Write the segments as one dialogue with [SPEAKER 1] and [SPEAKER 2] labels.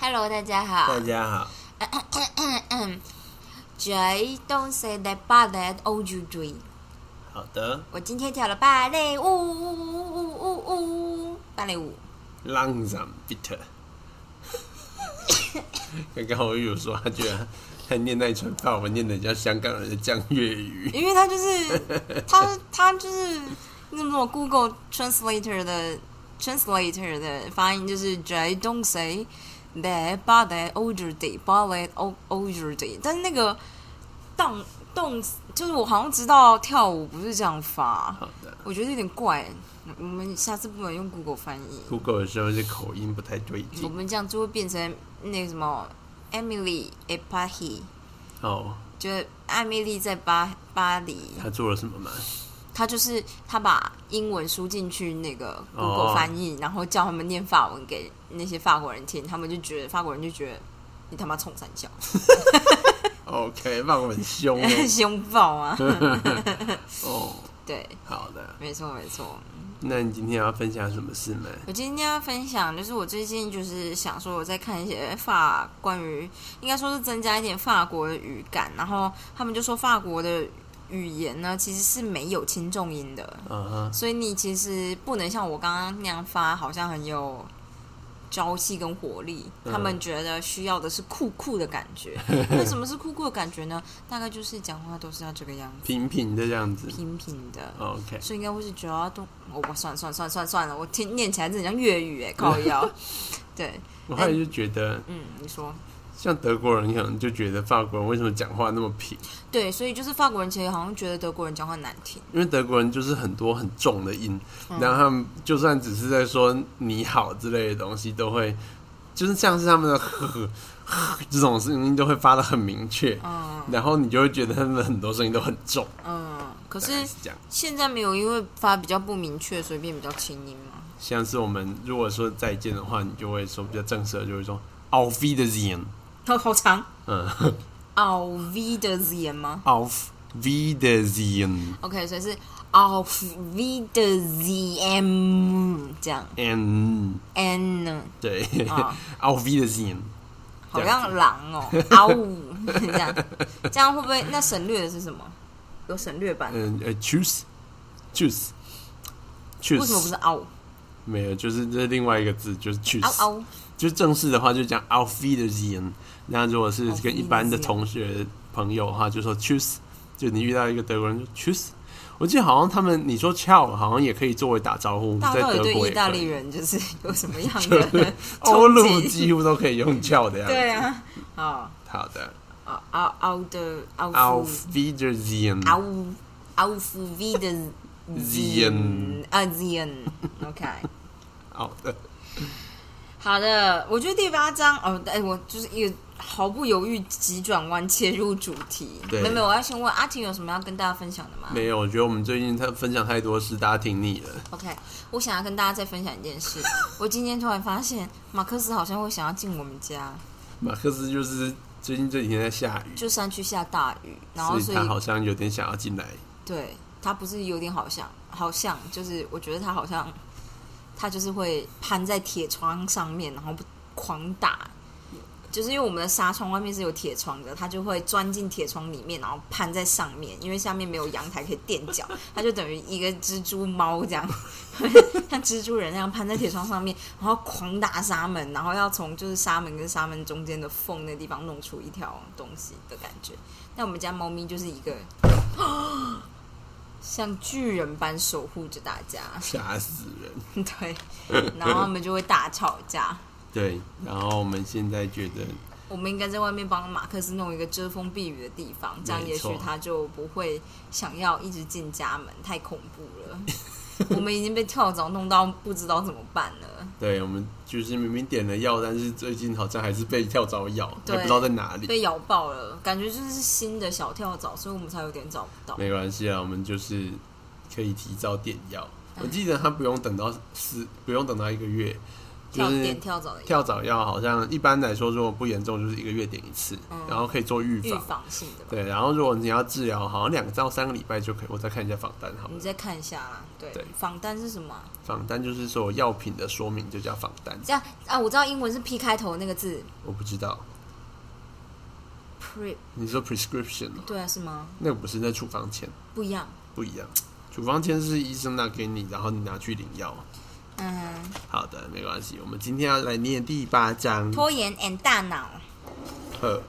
[SPEAKER 1] Hello，大家好。
[SPEAKER 2] 大家好，
[SPEAKER 1] Jay, don't say that ballet all you dream。
[SPEAKER 2] 好的，
[SPEAKER 1] 我今天跳了芭蕾舞，芭蕾舞。
[SPEAKER 2] 浪长 bitter。刚刚我有说，他居然还念那一串法文，念的像香港人的讲粤语。
[SPEAKER 1] 因为他就是他他就是你怎么说我 Google Translator 的 Translator 的发音就是 J don't say that ballet aujourd'hui ballet au- aujourd'hui，但是那个动动就是我好像知道跳舞不是这样发，
[SPEAKER 2] 好的
[SPEAKER 1] 我觉得有点怪，我们下次不能用 Google 翻译，
[SPEAKER 2] ，Google 的时候是口音不太对
[SPEAKER 1] 我
[SPEAKER 2] 劲。
[SPEAKER 1] 们这样就会变成那个什么 Emily e p a h i
[SPEAKER 2] 哦，
[SPEAKER 1] 就是艾米丽在巴巴黎，
[SPEAKER 2] 他做了什么吗？
[SPEAKER 1] 他就是他把英文输进去那个
[SPEAKER 2] 哦
[SPEAKER 1] Google 翻译，然后叫他们念法文给那些法国人听，他们就觉得法国人就觉得你他妈冲三笑，。
[SPEAKER 2] OK，放我很凶哦
[SPEAKER 1] 凶暴啊！
[SPEAKER 2] 哦，
[SPEAKER 1] 对，
[SPEAKER 2] 好的，
[SPEAKER 1] 没错没错。
[SPEAKER 2] 那你今天要分享什么事吗？
[SPEAKER 1] 我今天要分享就是我最近就是想说我在看一些法关于应该说是增加一点法国的语感，然后他们就说法国的语言呢其实是没有轻重音的，
[SPEAKER 2] 啊哈，
[SPEAKER 1] 所以你其实不能像我刚刚那样发，好像很有朝气跟活力。
[SPEAKER 2] 嗯
[SPEAKER 1] 他们觉得需要的是酷酷的感觉。那什么是酷酷的感觉呢？大概就是讲话都是要这个样子，
[SPEAKER 2] 平平的这样子。
[SPEAKER 1] 平平的。
[SPEAKER 2] OK，
[SPEAKER 1] 所以应该会是主要都，我、哦我算了算了算了算了算了，我听念起来真的像粤语哎，靠 腰。对，
[SPEAKER 2] 我后来就觉得，
[SPEAKER 1] 嗯，你说
[SPEAKER 2] 像德国人可能就觉得法国人为什么讲话那么平，
[SPEAKER 1] 对，所以就是法国人其实好像觉得德国人讲话难听，
[SPEAKER 2] 因为德国人就是很多很重的音，
[SPEAKER 1] 嗯
[SPEAKER 2] 然后他们就算只是在说你好之类的东西，都会就是像是他们的呵呵呵这种声音都会发的很明确，
[SPEAKER 1] 嗯
[SPEAKER 2] 然后你就会觉得他们很多声音都很重，
[SPEAKER 1] 嗯。可
[SPEAKER 2] 大
[SPEAKER 1] 是
[SPEAKER 2] 概是这样。
[SPEAKER 1] 现在没有，因为发比较不明确，所以变比较轻音嘛。
[SPEAKER 2] 像是我们如果说再见的话，你就会说比较正式的，就会说 auf Wiedersehen，
[SPEAKER 1] 好好长。
[SPEAKER 2] 嗯
[SPEAKER 1] auf Wiedersehen 吗
[SPEAKER 2] ，auf Wiedersehen
[SPEAKER 1] ？OK，所以是 auf Wiedersehen 这样
[SPEAKER 2] and
[SPEAKER 1] ，n
[SPEAKER 2] 对、
[SPEAKER 1] 啊
[SPEAKER 2] auf Wiedersehen，
[SPEAKER 1] 好像狼哦，嗷呜这样，这样会不会？那省略的是什么？有省略版？
[SPEAKER 2] 嗯呃 choose choose choose，
[SPEAKER 1] 为什么不是嗷
[SPEAKER 2] 没有，就是这是另外一个字，就是 choose。
[SPEAKER 1] 嗷嗷？
[SPEAKER 2] 就是正式的话，就讲 auf Wiedersehen。那如果是
[SPEAKER 1] Auf
[SPEAKER 2] 跟一般的同学朋友的话，就说 choose。就你遇到一个德国人，就 choose。我记得好像他们你说 ciao 好像也可以作为打招呼，
[SPEAKER 1] 大
[SPEAKER 2] 在
[SPEAKER 1] 家到底
[SPEAKER 2] 德
[SPEAKER 1] 对
[SPEAKER 2] 国
[SPEAKER 1] 意
[SPEAKER 2] 也
[SPEAKER 1] 大
[SPEAKER 2] 可
[SPEAKER 1] 利
[SPEAKER 2] 以。
[SPEAKER 1] 人就是有什么样
[SPEAKER 2] 就
[SPEAKER 1] 的？
[SPEAKER 2] 欧
[SPEAKER 1] 冲
[SPEAKER 2] 陆
[SPEAKER 1] 击
[SPEAKER 2] 几乎都可以用 ciao 的样子。
[SPEAKER 1] 对啊，哦，
[SPEAKER 2] 好的
[SPEAKER 1] 嗷嗷嗷的嗷
[SPEAKER 2] ，auf
[SPEAKER 1] 夫
[SPEAKER 2] Wiedersehen。
[SPEAKER 1] 嗷嗷夫 Wiedersehen
[SPEAKER 2] Zien
[SPEAKER 1] 啊 Zien，OK。
[SPEAKER 2] 好的，
[SPEAKER 1] 好的，我觉得第八章哦，哎，我就是一个毫不犹豫急转弯切入主题。
[SPEAKER 2] 对
[SPEAKER 1] 没有没有，我要先问阿婷有什么要跟大家分享的吗
[SPEAKER 2] 没有，我觉得我们最近他分享太多事，大家听腻了。
[SPEAKER 1] ？OK，我想要跟大家再分享一件事。我今天突然发现，马克思好像会想要进我们家，
[SPEAKER 2] 马克思就是最近这几天在下雨，
[SPEAKER 1] 就山区下大雨，然后所
[SPEAKER 2] 所以
[SPEAKER 1] 以
[SPEAKER 2] 他好像有点想要进来。
[SPEAKER 1] 对他不是有点好像，好像就是我觉得他好像，他就是会攀在铁窗上面，然后不狂打，就是因为我们的纱窗外面是有铁窗的，他就会钻进铁窗里面，然后攀在上面，因为下面没有阳台可以垫脚，他就等于一个蜘蛛猫这样， 像蜘蛛人那样攀在铁窗上面，然后狂打纱门，然后要从就是纱门跟纱门中间的缝那地方弄出一条东西的感觉。但我们家猫咪就是一个。像巨人般守护着大家，
[SPEAKER 2] 吓死人！
[SPEAKER 1] 对，然后他们就会大吵架。
[SPEAKER 2] 对，然后我们现在觉得，
[SPEAKER 1] 我们应该在外面帮马克思弄一个遮风避雨的地方，这样也许
[SPEAKER 2] 没错
[SPEAKER 1] 他就不会想要一直进家门，太恐怖 了。我们已经被跳蚤弄到不知道怎么办了。
[SPEAKER 2] 对我们就是明明点了药，但是最近好像还是被跳蚤咬，还
[SPEAKER 1] 对
[SPEAKER 2] 不知道在哪里。
[SPEAKER 1] 被咬爆了，感觉就是新的小跳蚤，所以我们才有点找不到。
[SPEAKER 2] 没关系啊，我们就是可以提早点药。我记得他不用等到四，不用等到一个月，就
[SPEAKER 1] 跳
[SPEAKER 2] 是
[SPEAKER 1] 点跳蚤的药
[SPEAKER 2] 跳蚤药好像一般来说，如果不严重就是一个月点一次，
[SPEAKER 1] 嗯
[SPEAKER 2] 然后可以做预
[SPEAKER 1] 预
[SPEAKER 2] 防。
[SPEAKER 1] 防性的吧。
[SPEAKER 2] 对，然后如果你要治疗，好像两到三个礼拜就可以。我再看一下访单好了
[SPEAKER 1] 你，再看一下啦，对
[SPEAKER 2] 对，
[SPEAKER 1] 仿单是什么啊？
[SPEAKER 2] 访单就是所有药品的说明就叫访单，
[SPEAKER 1] 这样啊，我知道英文是 P 开头那个字
[SPEAKER 2] 我不知道。
[SPEAKER 1] ，pre，
[SPEAKER 2] 你说 prescription 哦，
[SPEAKER 1] 对啊，是吗？
[SPEAKER 2] 那个不是那处方签
[SPEAKER 1] 不一样，
[SPEAKER 2] 不一样，处方签是医生拿给你，然后你拿去领药。
[SPEAKER 1] 嗯，
[SPEAKER 2] 好的，没关系，我们今天要来念第八章。
[SPEAKER 1] 拖延 and 大脑。
[SPEAKER 2] 呵，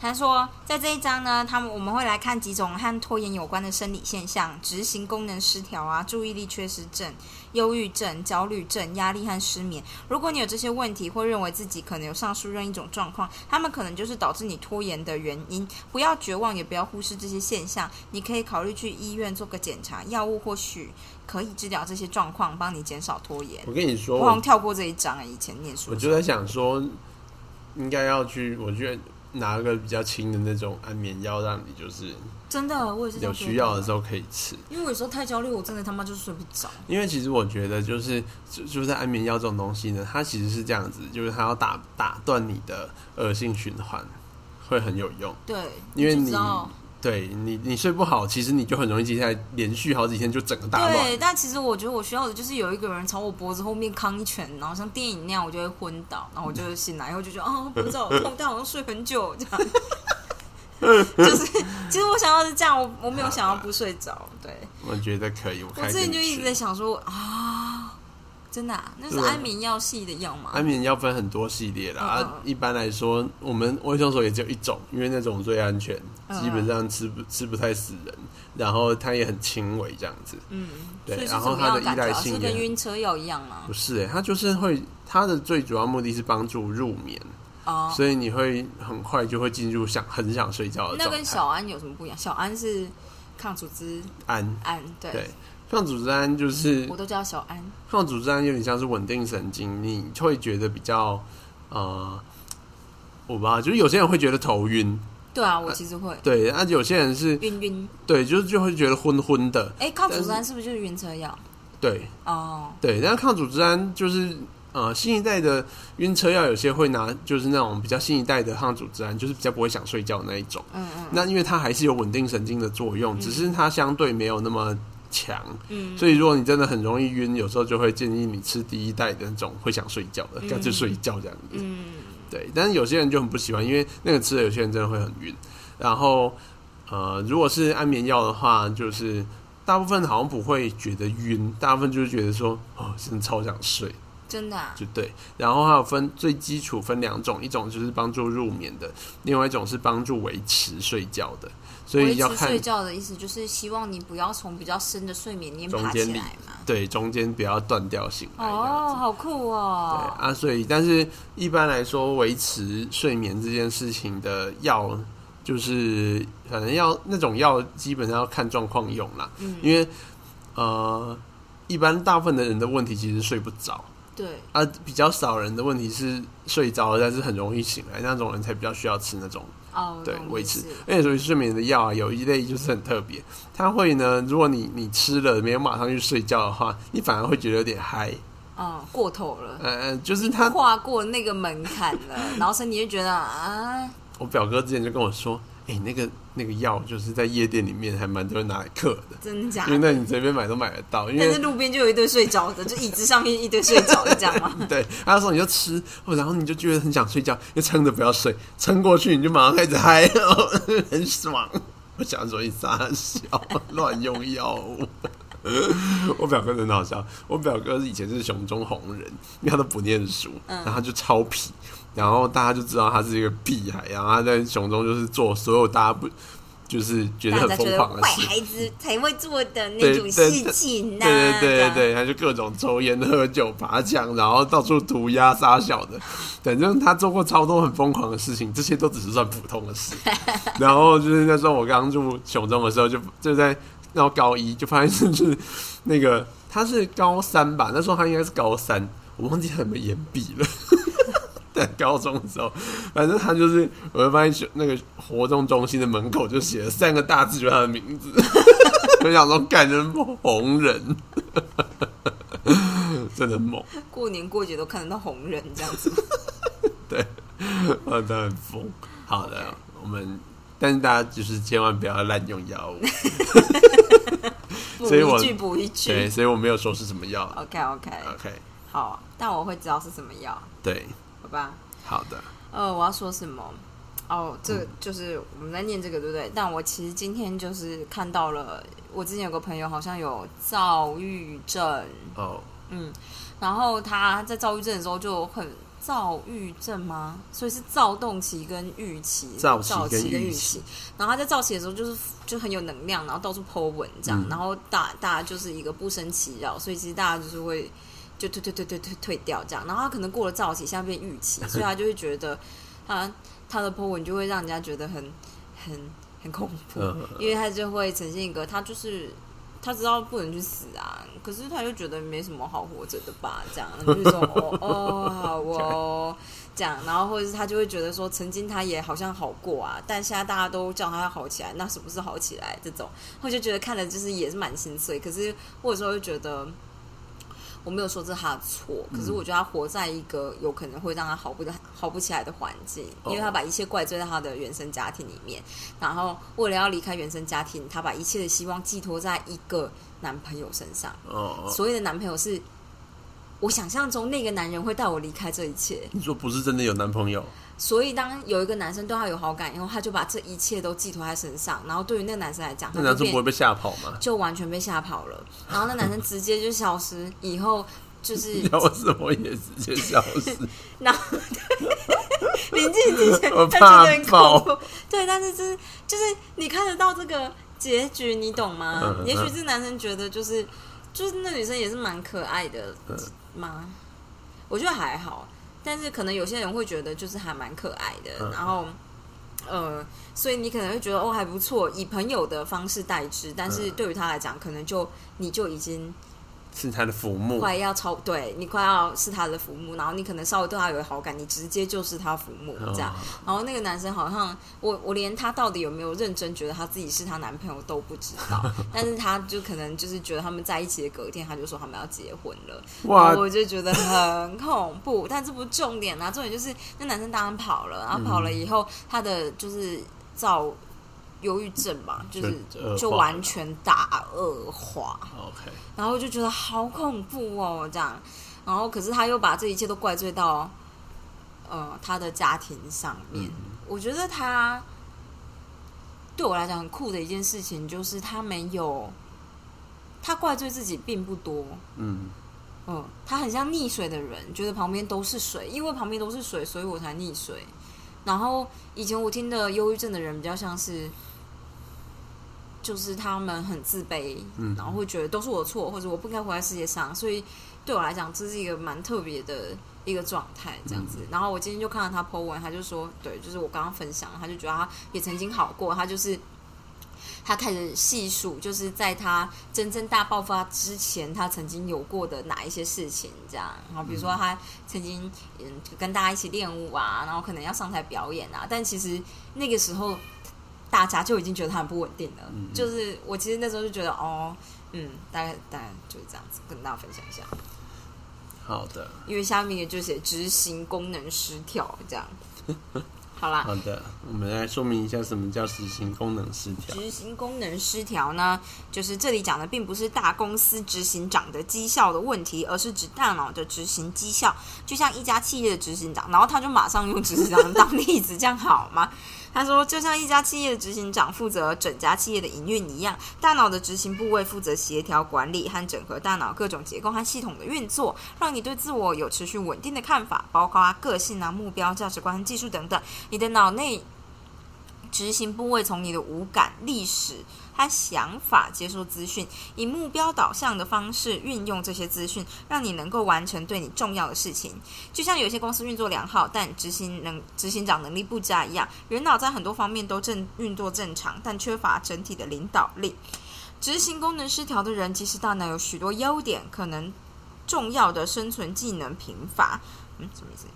[SPEAKER 1] 他说，在这一章呢，他们我们会来看几种和拖延有关的生理现象：执行功能失调啊、注意力缺失症、忧郁症、焦虑症、压力和失眠。如果你有这些问题，或认为自己可能有上述任一种状况，他们可能就是导致你拖延的原因。不要绝望，也不要忽视这些现象。你可以考虑去医院做个检查，药物或许可以治疗这些状况，帮你减少拖延。
[SPEAKER 2] 我跟你说，
[SPEAKER 1] 我好
[SPEAKER 2] 我
[SPEAKER 1] 像跳过这一章啊，以前念书
[SPEAKER 2] 我
[SPEAKER 1] 的时
[SPEAKER 2] 就
[SPEAKER 1] 候。
[SPEAKER 2] 在想说，应该要去，我觉得拿个比较轻的那种安眠药，让你就是
[SPEAKER 1] 真的，我也是这
[SPEAKER 2] 有
[SPEAKER 1] 样觉
[SPEAKER 2] 需
[SPEAKER 1] 得
[SPEAKER 2] 要的时候可以吃。
[SPEAKER 1] 因为我有时候太焦虑，我真的他妈就是睡不着。
[SPEAKER 2] 因为其实我觉得就是就就是安眠药这种东西呢，它其实是这样子，就是它要打打断你的恶性循环，会很有用。
[SPEAKER 1] 对，
[SPEAKER 2] 因为
[SPEAKER 1] 就
[SPEAKER 2] 你
[SPEAKER 1] 知道
[SPEAKER 2] 对你你睡不好，其实你就很容易接下来连续好几天就整个大乱
[SPEAKER 1] 对，。但其实我觉得我需要的就是有一个人朝我脖子后面扛一拳，然后像电影那样，我就会昏倒，然后我就醒来以后 就觉得哦，脖子好痛，但好像睡很久这样。就是，其实我想要是这样，我我没有想要不睡着。对
[SPEAKER 2] 我觉得可以，我
[SPEAKER 1] 我
[SPEAKER 2] 开
[SPEAKER 1] 之
[SPEAKER 2] 给
[SPEAKER 1] 前
[SPEAKER 2] 你
[SPEAKER 1] 就一直
[SPEAKER 2] 吃
[SPEAKER 1] 在想说啊，真的、啊，那是
[SPEAKER 2] 对啊
[SPEAKER 1] 安眠药系的药吗？
[SPEAKER 2] 安眠药分很多系列啦，
[SPEAKER 1] 嗯嗯
[SPEAKER 2] 啊，一般来说，我们维生所也只有一种，因为那种最安全，
[SPEAKER 1] 嗯
[SPEAKER 2] 基本上吃不吃不太死人，然后它也很轻微这样子。
[SPEAKER 1] 嗯，
[SPEAKER 2] 对
[SPEAKER 1] 所以是
[SPEAKER 2] 然后
[SPEAKER 1] 怎么样的
[SPEAKER 2] 它的依
[SPEAKER 1] 感
[SPEAKER 2] 赖
[SPEAKER 1] 觉啊？
[SPEAKER 2] 性
[SPEAKER 1] 是
[SPEAKER 2] 也
[SPEAKER 1] 跟
[SPEAKER 2] 很
[SPEAKER 1] 晕车药一样吗
[SPEAKER 2] 不？是诶、它就是会，它的最主要目的是帮助入眠，
[SPEAKER 1] 哦，
[SPEAKER 2] 所以你会很快就会进入想很想睡觉的
[SPEAKER 1] 那
[SPEAKER 2] 状
[SPEAKER 1] 跟
[SPEAKER 2] 态。
[SPEAKER 1] 小安有什么不一样？小安是抗组织
[SPEAKER 2] 安，
[SPEAKER 1] 胺，对，
[SPEAKER 2] 对，抗组织胺就是
[SPEAKER 1] 我都叫小安。
[SPEAKER 2] 抗组织胺有点像是稳定神经，你会觉得比较呃，我吧，就是有些人会觉得头晕，
[SPEAKER 1] 对啊，我其实会
[SPEAKER 2] 对，那、有些人是
[SPEAKER 1] 晕晕。
[SPEAKER 2] 对，就是就会觉得昏昏的，
[SPEAKER 1] 哎、抗
[SPEAKER 2] 但
[SPEAKER 1] 组
[SPEAKER 2] 是
[SPEAKER 1] 织胺是不是就是晕车药？
[SPEAKER 2] 对
[SPEAKER 1] 哦，
[SPEAKER 2] 对。但抗组织胺就是呃，新一代的晕车药有些会拿，就是那种比较新一代的抗组织胺，就是比较不会想睡觉那一种。
[SPEAKER 1] 嗯嗯
[SPEAKER 2] 那因为它还是有稳定神经的作用，只是它相对没有那么强，
[SPEAKER 1] 嗯，
[SPEAKER 2] 所以如果你真的很容易晕，有时候就会建议你吃第一代的那种会想睡觉的，干脆睡一觉这样子。
[SPEAKER 1] 嗯
[SPEAKER 2] 对，但是有些人就很不喜欢，因为那个吃了有些人真的会很晕。然后，呃，如果是安眠药的话，就是大部分好像不会觉得晕，大部分就是觉得说哦，真的超想睡，
[SPEAKER 1] 真的、啊，
[SPEAKER 2] 就对。然后还有分最基础分两种，一种就是帮助入眠的，另外一种是帮助维持睡觉的。所
[SPEAKER 1] 维
[SPEAKER 2] 以要
[SPEAKER 1] 持
[SPEAKER 2] 看
[SPEAKER 1] 睡觉的意思就是希望你不要从比较深的睡眠里面
[SPEAKER 2] 中
[SPEAKER 1] 爬
[SPEAKER 2] 间
[SPEAKER 1] 起
[SPEAKER 2] 里
[SPEAKER 1] 来嘛。
[SPEAKER 2] 对中间不要断掉醒来这样
[SPEAKER 1] 哦，
[SPEAKER 2] 子。
[SPEAKER 1] 好酷
[SPEAKER 2] 对
[SPEAKER 1] 哦！
[SPEAKER 2] 啊，所以但是一般来说，维持睡眠这件事情的药，就是反正要那种药，基本上要看状况用啦。
[SPEAKER 1] 嗯
[SPEAKER 2] 因为呃，一般大部分的人的问题其实是睡不着
[SPEAKER 1] 对，
[SPEAKER 2] 啊，比较少人的问题是睡着了，但是很容易醒来，那种人才比较需要吃那种
[SPEAKER 1] 哦，我
[SPEAKER 2] 对
[SPEAKER 1] 懂
[SPEAKER 2] 维
[SPEAKER 1] 意
[SPEAKER 2] 持
[SPEAKER 1] 思。
[SPEAKER 2] 而且所以睡眠的药啊，有一类就是很特别，它会呢，如果你你吃了没有马上去睡觉的话，你反而会觉得有点嗨，
[SPEAKER 1] 嗯，过头了，
[SPEAKER 2] 呃，就是它
[SPEAKER 1] 跨过那个门槛了，然后身体就觉得啊，
[SPEAKER 2] 我表哥之前就跟我说，哎、那个那个药就是在夜店里面还蛮多人拿来嗑的，
[SPEAKER 1] 真的假
[SPEAKER 2] 因为
[SPEAKER 1] 的？
[SPEAKER 2] 那你随便买都买得到，因
[SPEAKER 1] 但是
[SPEAKER 2] 为。
[SPEAKER 1] 路边就有一堆睡着的，就椅子上面一堆睡着的，这样吗？
[SPEAKER 2] 对，他说你就吃，哦然后你就觉得很想睡觉，就撑着不要睡，撑过去你就马上开始嗨，哦 很爽。我想说你傻笑，乱用药物。我表哥真的好笑，我表哥以前是熊中红人，因为他都不念书，
[SPEAKER 1] 嗯
[SPEAKER 2] 然后他就超皮，然后大家就知道他是一个屁孩，然后他在熊中就是做所有大家不就是觉得
[SPEAKER 1] 大
[SPEAKER 2] 很
[SPEAKER 1] 家觉
[SPEAKER 2] 疯
[SPEAKER 1] 得
[SPEAKER 2] 狂的
[SPEAKER 1] 坏
[SPEAKER 2] 事。
[SPEAKER 1] 孩子才会做的那
[SPEAKER 2] 对
[SPEAKER 1] 种
[SPEAKER 2] 对
[SPEAKER 1] 事情呐、这
[SPEAKER 2] 对对对
[SPEAKER 1] 样
[SPEAKER 2] 对，他就各种抽烟、喝酒、爬墙，然后到处涂鸦、杀小 的，反正他做过超多很疯狂的事情，这些都只是算普通 的事。然后就是那时候我刚入雄中的时候就，就在然后高一就发现就是那个他是高三吧，那时候他应该是高三，我忘记他有没有延毕 了。在高中的时候，反正他就是，我就发现那个活动中心的门口就写了三个大字，就是他的名字。我想说，感人红人，真的很猛，
[SPEAKER 1] 过年过节都看得到红人这样子。
[SPEAKER 2] 对，呃，他很疯。好的我们但是大家就是千万不要滥用 药物，
[SPEAKER 1] 补
[SPEAKER 2] 所以我
[SPEAKER 1] 一句补一句。
[SPEAKER 2] 对，所以我没有说是什么药。啊
[SPEAKER 1] OK OK，
[SPEAKER 2] OK，
[SPEAKER 1] 好，但我会知道是什么药，
[SPEAKER 2] 对，
[SPEAKER 1] 好吧？
[SPEAKER 2] 好的，
[SPEAKER 1] 呃，我要说什么？哦，这个就是我们在念这个，对不对？但我其实今天就是看到了，我之前有个朋友好像有躁郁症，
[SPEAKER 2] 哦，
[SPEAKER 1] 嗯，然后他在躁郁症的时候就很躁郁症吗？所以是躁动期跟预期，
[SPEAKER 2] 躁期
[SPEAKER 1] 期
[SPEAKER 2] 跟
[SPEAKER 1] 跟
[SPEAKER 2] 预期
[SPEAKER 1] 期。然后他在躁期的时候就是就很有能量，然后到处 Po 文这样，
[SPEAKER 2] 嗯
[SPEAKER 1] 然后大大家就是一个不生其扰，所以其实大家就是会就退退退退退退掉这样。然后他可能过了躁期，现在变预 期，所以他就会觉得他他的 Po 文就会让人家觉得很很很恐怖，
[SPEAKER 2] 嗯
[SPEAKER 1] 因为他就会呈现一个他就是他知道不能去死啊，可是他又觉得没什么好活着的吧，这样，然后就说哦哦好哦，这样，然后或者是他就会觉得说，曾经他也好像好过啊，但现在大家都叫他好起来，那什么是好起来？这种，我就觉得看了就是也是蛮心碎，可是我有时候就觉得。嗯我没有说这是他的错，可是我觉得他活在一个有可能会让他好不好不起来的环境，因为他把一切怪罪在他的原生家庭里面，然后为了要离开原生家庭，他把一切的希望寄托在一个男朋友身上。
[SPEAKER 2] 哦，哦
[SPEAKER 1] 所谓的男朋友是，我想象中那个男人会带我离开这一切。
[SPEAKER 2] 你说不是真的有男朋友？
[SPEAKER 1] 所以当有一个男生对他有好感以后，他就把这一切都寄托在身上，然后对于那个男生来讲，
[SPEAKER 2] 那
[SPEAKER 1] 他
[SPEAKER 2] 男
[SPEAKER 1] 就
[SPEAKER 2] 生
[SPEAKER 1] 变
[SPEAKER 2] 不会被吓跑吗？
[SPEAKER 1] 就完全被吓跑了。然后那男生直接就消失，以后 就是
[SPEAKER 2] 要是我也直 接消失，
[SPEAKER 1] 然后林静之前
[SPEAKER 2] 我
[SPEAKER 1] 他觉
[SPEAKER 2] 怕
[SPEAKER 1] 得很
[SPEAKER 2] 爆
[SPEAKER 1] 恐怖， 对，但是就是就是你看得到这个结局，你懂吗？
[SPEAKER 2] 嗯嗯
[SPEAKER 1] 也许这男生觉得就是就是那女生也是蛮可爱的
[SPEAKER 2] 嗯
[SPEAKER 1] 嘛，我觉得还好，但是可能有些人会觉得就是还蛮可爱的，
[SPEAKER 2] 嗯
[SPEAKER 1] 然后。呃，所以你可能会觉得哦还不错，以朋友的方式代之，但是
[SPEAKER 2] 嗯
[SPEAKER 1] 对于他来讲，可能就你就已经
[SPEAKER 2] 是他的父母。
[SPEAKER 1] 快要超，对你快要是他的父母，然后你可能稍微对他有好感，你直接就是他父母
[SPEAKER 2] 哦
[SPEAKER 1] 这样。然后那个男生好像我我连他到底有没有认真觉得他自己是她男朋友都不知 道，但是他就可能就是觉得他们在一起的隔天，他就说他们要结婚了，
[SPEAKER 2] 哇
[SPEAKER 1] 然后我就觉得很恐怖。但这不是重点啊，重点就是那男生当然跑了，然后跑了以后，他的就是躁忧郁症嘛，就是
[SPEAKER 2] 就恶化
[SPEAKER 1] 就完全大恶化。
[SPEAKER 2] OK，
[SPEAKER 1] 然后我就觉得好恐怖哦，这样，然后可是他又把这一切都怪罪到，呃，他的家庭上面。我觉得他对我来讲很酷的一件事情，就是他没有，他怪罪自己并不多，
[SPEAKER 2] 嗯，
[SPEAKER 1] 嗯，他很像溺水的人，觉得旁边都是水，因为旁边都是水，所以我才溺水。然后以前我听的忧郁症的人比较像是，就是他们很自卑，
[SPEAKER 2] 嗯
[SPEAKER 1] 然后会觉得都是我的错，或者我不应该活在世界上，所以对我来讲这是一个蛮特别的一个状态，这样子。然后我今天就看到他 po 文，他就说，对，就是我刚刚分享，他就觉得他也曾经好过，他就是他开始细数，就是在他真正大爆发之前，他曾经有过的哪一些事情，这样。然后比如说他曾经嗯跟大家一起练舞啊，然后可能要上台表演啊，但其实那个时候大家就已经觉得他很不稳定了。就是我其实那时候就觉得哦，嗯，大概大概就是这样子，跟大家分享一下。
[SPEAKER 2] 好的，
[SPEAKER 1] 因为下面也就写执行功能失调这样。好啦，
[SPEAKER 2] 好的，我们来说明一下什么叫实行功能失调。
[SPEAKER 1] 执行功能失调呢，就是这里讲的并不是大公司执行长的绩效的问题，而是指大脑的执行绩效。就像一家企业的执行长，然后他就马上用执行长当例子，这样好吗？ 他说，就像一家企业的执行长负责整家企业的营运一样，大脑的执行部位负责协调管理和整合大脑各种结构和系统的运作，让你对自我有持续稳定的看法，包括个性啊、目标、价值观和技术等等。你的脑内执行部位从你的五感、历史和想法接收资讯，以目标导向的方式运用这些资讯，让你能够完成对你重要的事情。就像有些公司运作良好，但执行能执行长能力不佳一样，人脑在很多方面都正运作正常，但缺乏整体的领导力。执行功能失调的人，即使大脑有许多优点，可能重要的生存技能贫乏。嗯，什么意思？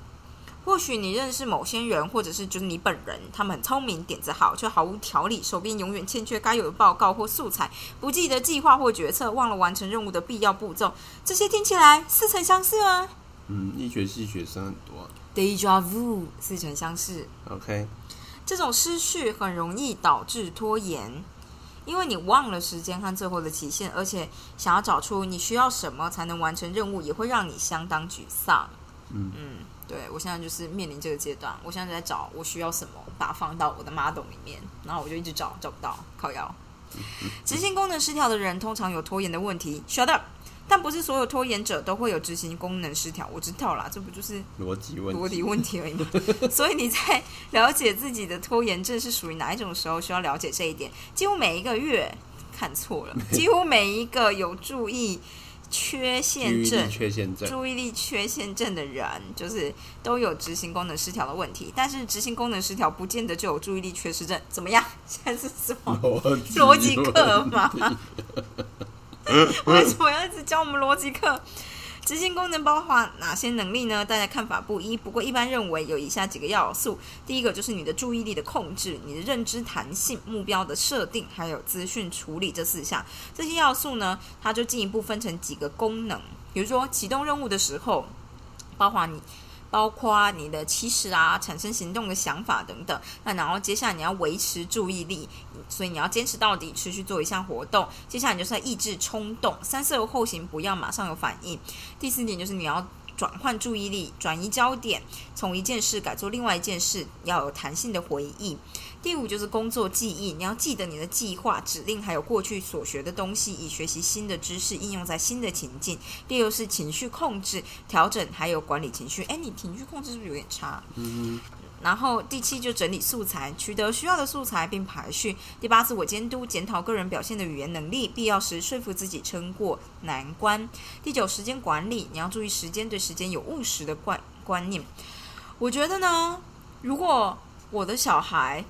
[SPEAKER 1] 或许你认识某些人，或者是就是你本人，他们很聪明，点子好，却毫无条理，手边永远欠缺该有的报告或素材，不记得计划或决策，忘了完成任务的必要步骤。这些听起来似曾相识啊吗
[SPEAKER 2] 嗯，医学系学生很多啊、
[SPEAKER 1] ？Deja vu，似曾相识。
[SPEAKER 2] OK，
[SPEAKER 1] 这种失序很容易导致拖延，因为你忘了时间和最后的期限，而且想要找出你需要什么才能完成任务，也会让你相当沮丧。
[SPEAKER 2] 嗯
[SPEAKER 1] 对我现在就是面临这个阶段，我现在在找我需要什么，把它放到我的 model 里面，然后我就一直找，找不到，靠腰。执行功能失调的人通常有拖延的问题，shut up。但不是所有拖延者都会有执行功能失调，我知道啦，这不就是
[SPEAKER 2] 逻辑问
[SPEAKER 1] 多
[SPEAKER 2] 题
[SPEAKER 1] 理问题而已嘛。 所以你在了解自己的拖延症是属于哪一种时候，需要了解这一点。几乎每一个月看错 了，几乎每一个有注意缺
[SPEAKER 2] 注
[SPEAKER 1] 陷
[SPEAKER 2] 意力
[SPEAKER 1] 症。
[SPEAKER 2] 缺陷症，
[SPEAKER 1] 注意力缺陷症的人，就是都有执行功能失调的问题，但是执行功能失调不见得就有注意力缺失症，怎么样？现在是什么？
[SPEAKER 2] 逻
[SPEAKER 1] 逻辑课嘛？为什么要一直教我们逻辑课？执行功能包含哪些能力呢？大家看法不一，不过一般认为有以下几个要素：第一个就是你的注意力的控制、你的认知弹性、目标的设定，还有资讯处理这四项。这些要素呢，它就进一步分成几个功能，比如说启动任务的时候，包括你。包括你的起始啊，产生行动的想法等等。那然后接下来你要维持注意力，所以你要坚持到底，持续做一项活动。接下来你就是要抑制冲动，三思而后行，不要马上有反应。第四点就是你要转换注意力，转移焦点，从一件事改做另外一件事，要有弹性的回忆。第五就是工作记忆，你要记得你的计划、指令，还有过去所学的东西，以学习新的知识，应用在新的情境。第六是情绪控制、调整，还有管理情绪。哎，你情绪控制是不是有点差？啊
[SPEAKER 2] 嗯，
[SPEAKER 1] 然后第七就整理素材，取得需要的素材并排序。第八自我监督，检讨个人表现的语言能力，必要时说服自己撑过难关。第九时间管理，你要注意时间，对时间有务实的观观念。我觉得呢，如果我的小孩，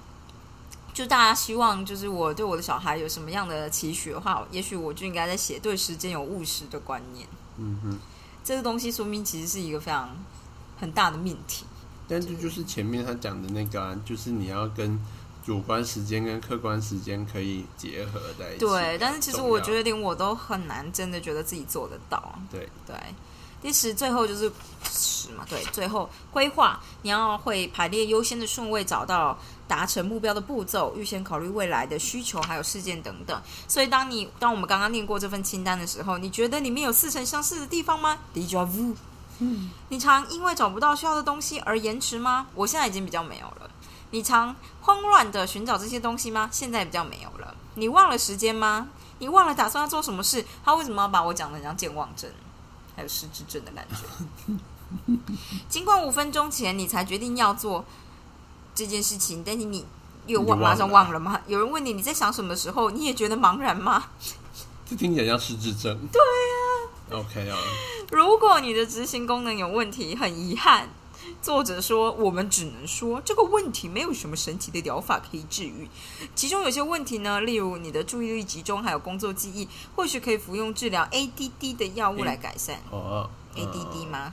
[SPEAKER 1] 就大家希望就是我对我的小孩有什么样的期许的话，也许我就应该在写对时间有务实的观念。
[SPEAKER 2] 嗯哼，
[SPEAKER 1] 这个东西说明其实是一个非常很大的命题。
[SPEAKER 2] 但这就是前面他讲的那个啊，就是你要跟主观时间跟客观时间可以结合在一起。
[SPEAKER 1] 对，但是其实
[SPEAKER 2] 重要
[SPEAKER 1] 我觉得连我都很难真的觉得自己做得到。
[SPEAKER 2] 对
[SPEAKER 1] 对，第十最后就是十嘛，对，最后规划你要会排列优先的顺位，找到达成目标的步骤，预先考虑未来的需求还有事件等等。所以当你当我们刚刚念过这份清单的时候，你觉得里面有似曾相识的地方吗？Deja vu。嗯，你常因为找不到需要的东西而延迟吗？我现在已经比较没有了。你常慌乱的寻找这些东西吗？现在比较没有了。你忘了时间吗？你忘了打算要做什么事？他为什么要把我讲的像健忘症，还有失智症的感觉？ 尽管五分钟前你才决定要做这件事情，但是你又忘
[SPEAKER 2] 你忘了
[SPEAKER 1] 马上忘了吗？有人问你你在想什么的时候，你也觉得茫然吗？
[SPEAKER 2] 这听起来像失智症。对啊。OK 啊，
[SPEAKER 1] 如果你的执行功能有问题，很遗憾，作者说我们只能说这个问题没有什么神奇的疗法可以治愈。其中有些问题呢，例如你的注意力集中，还有工作记忆，或许可以服用治疗 ADD 的药物来改善。
[SPEAKER 2] 哦
[SPEAKER 1] ADD 吗？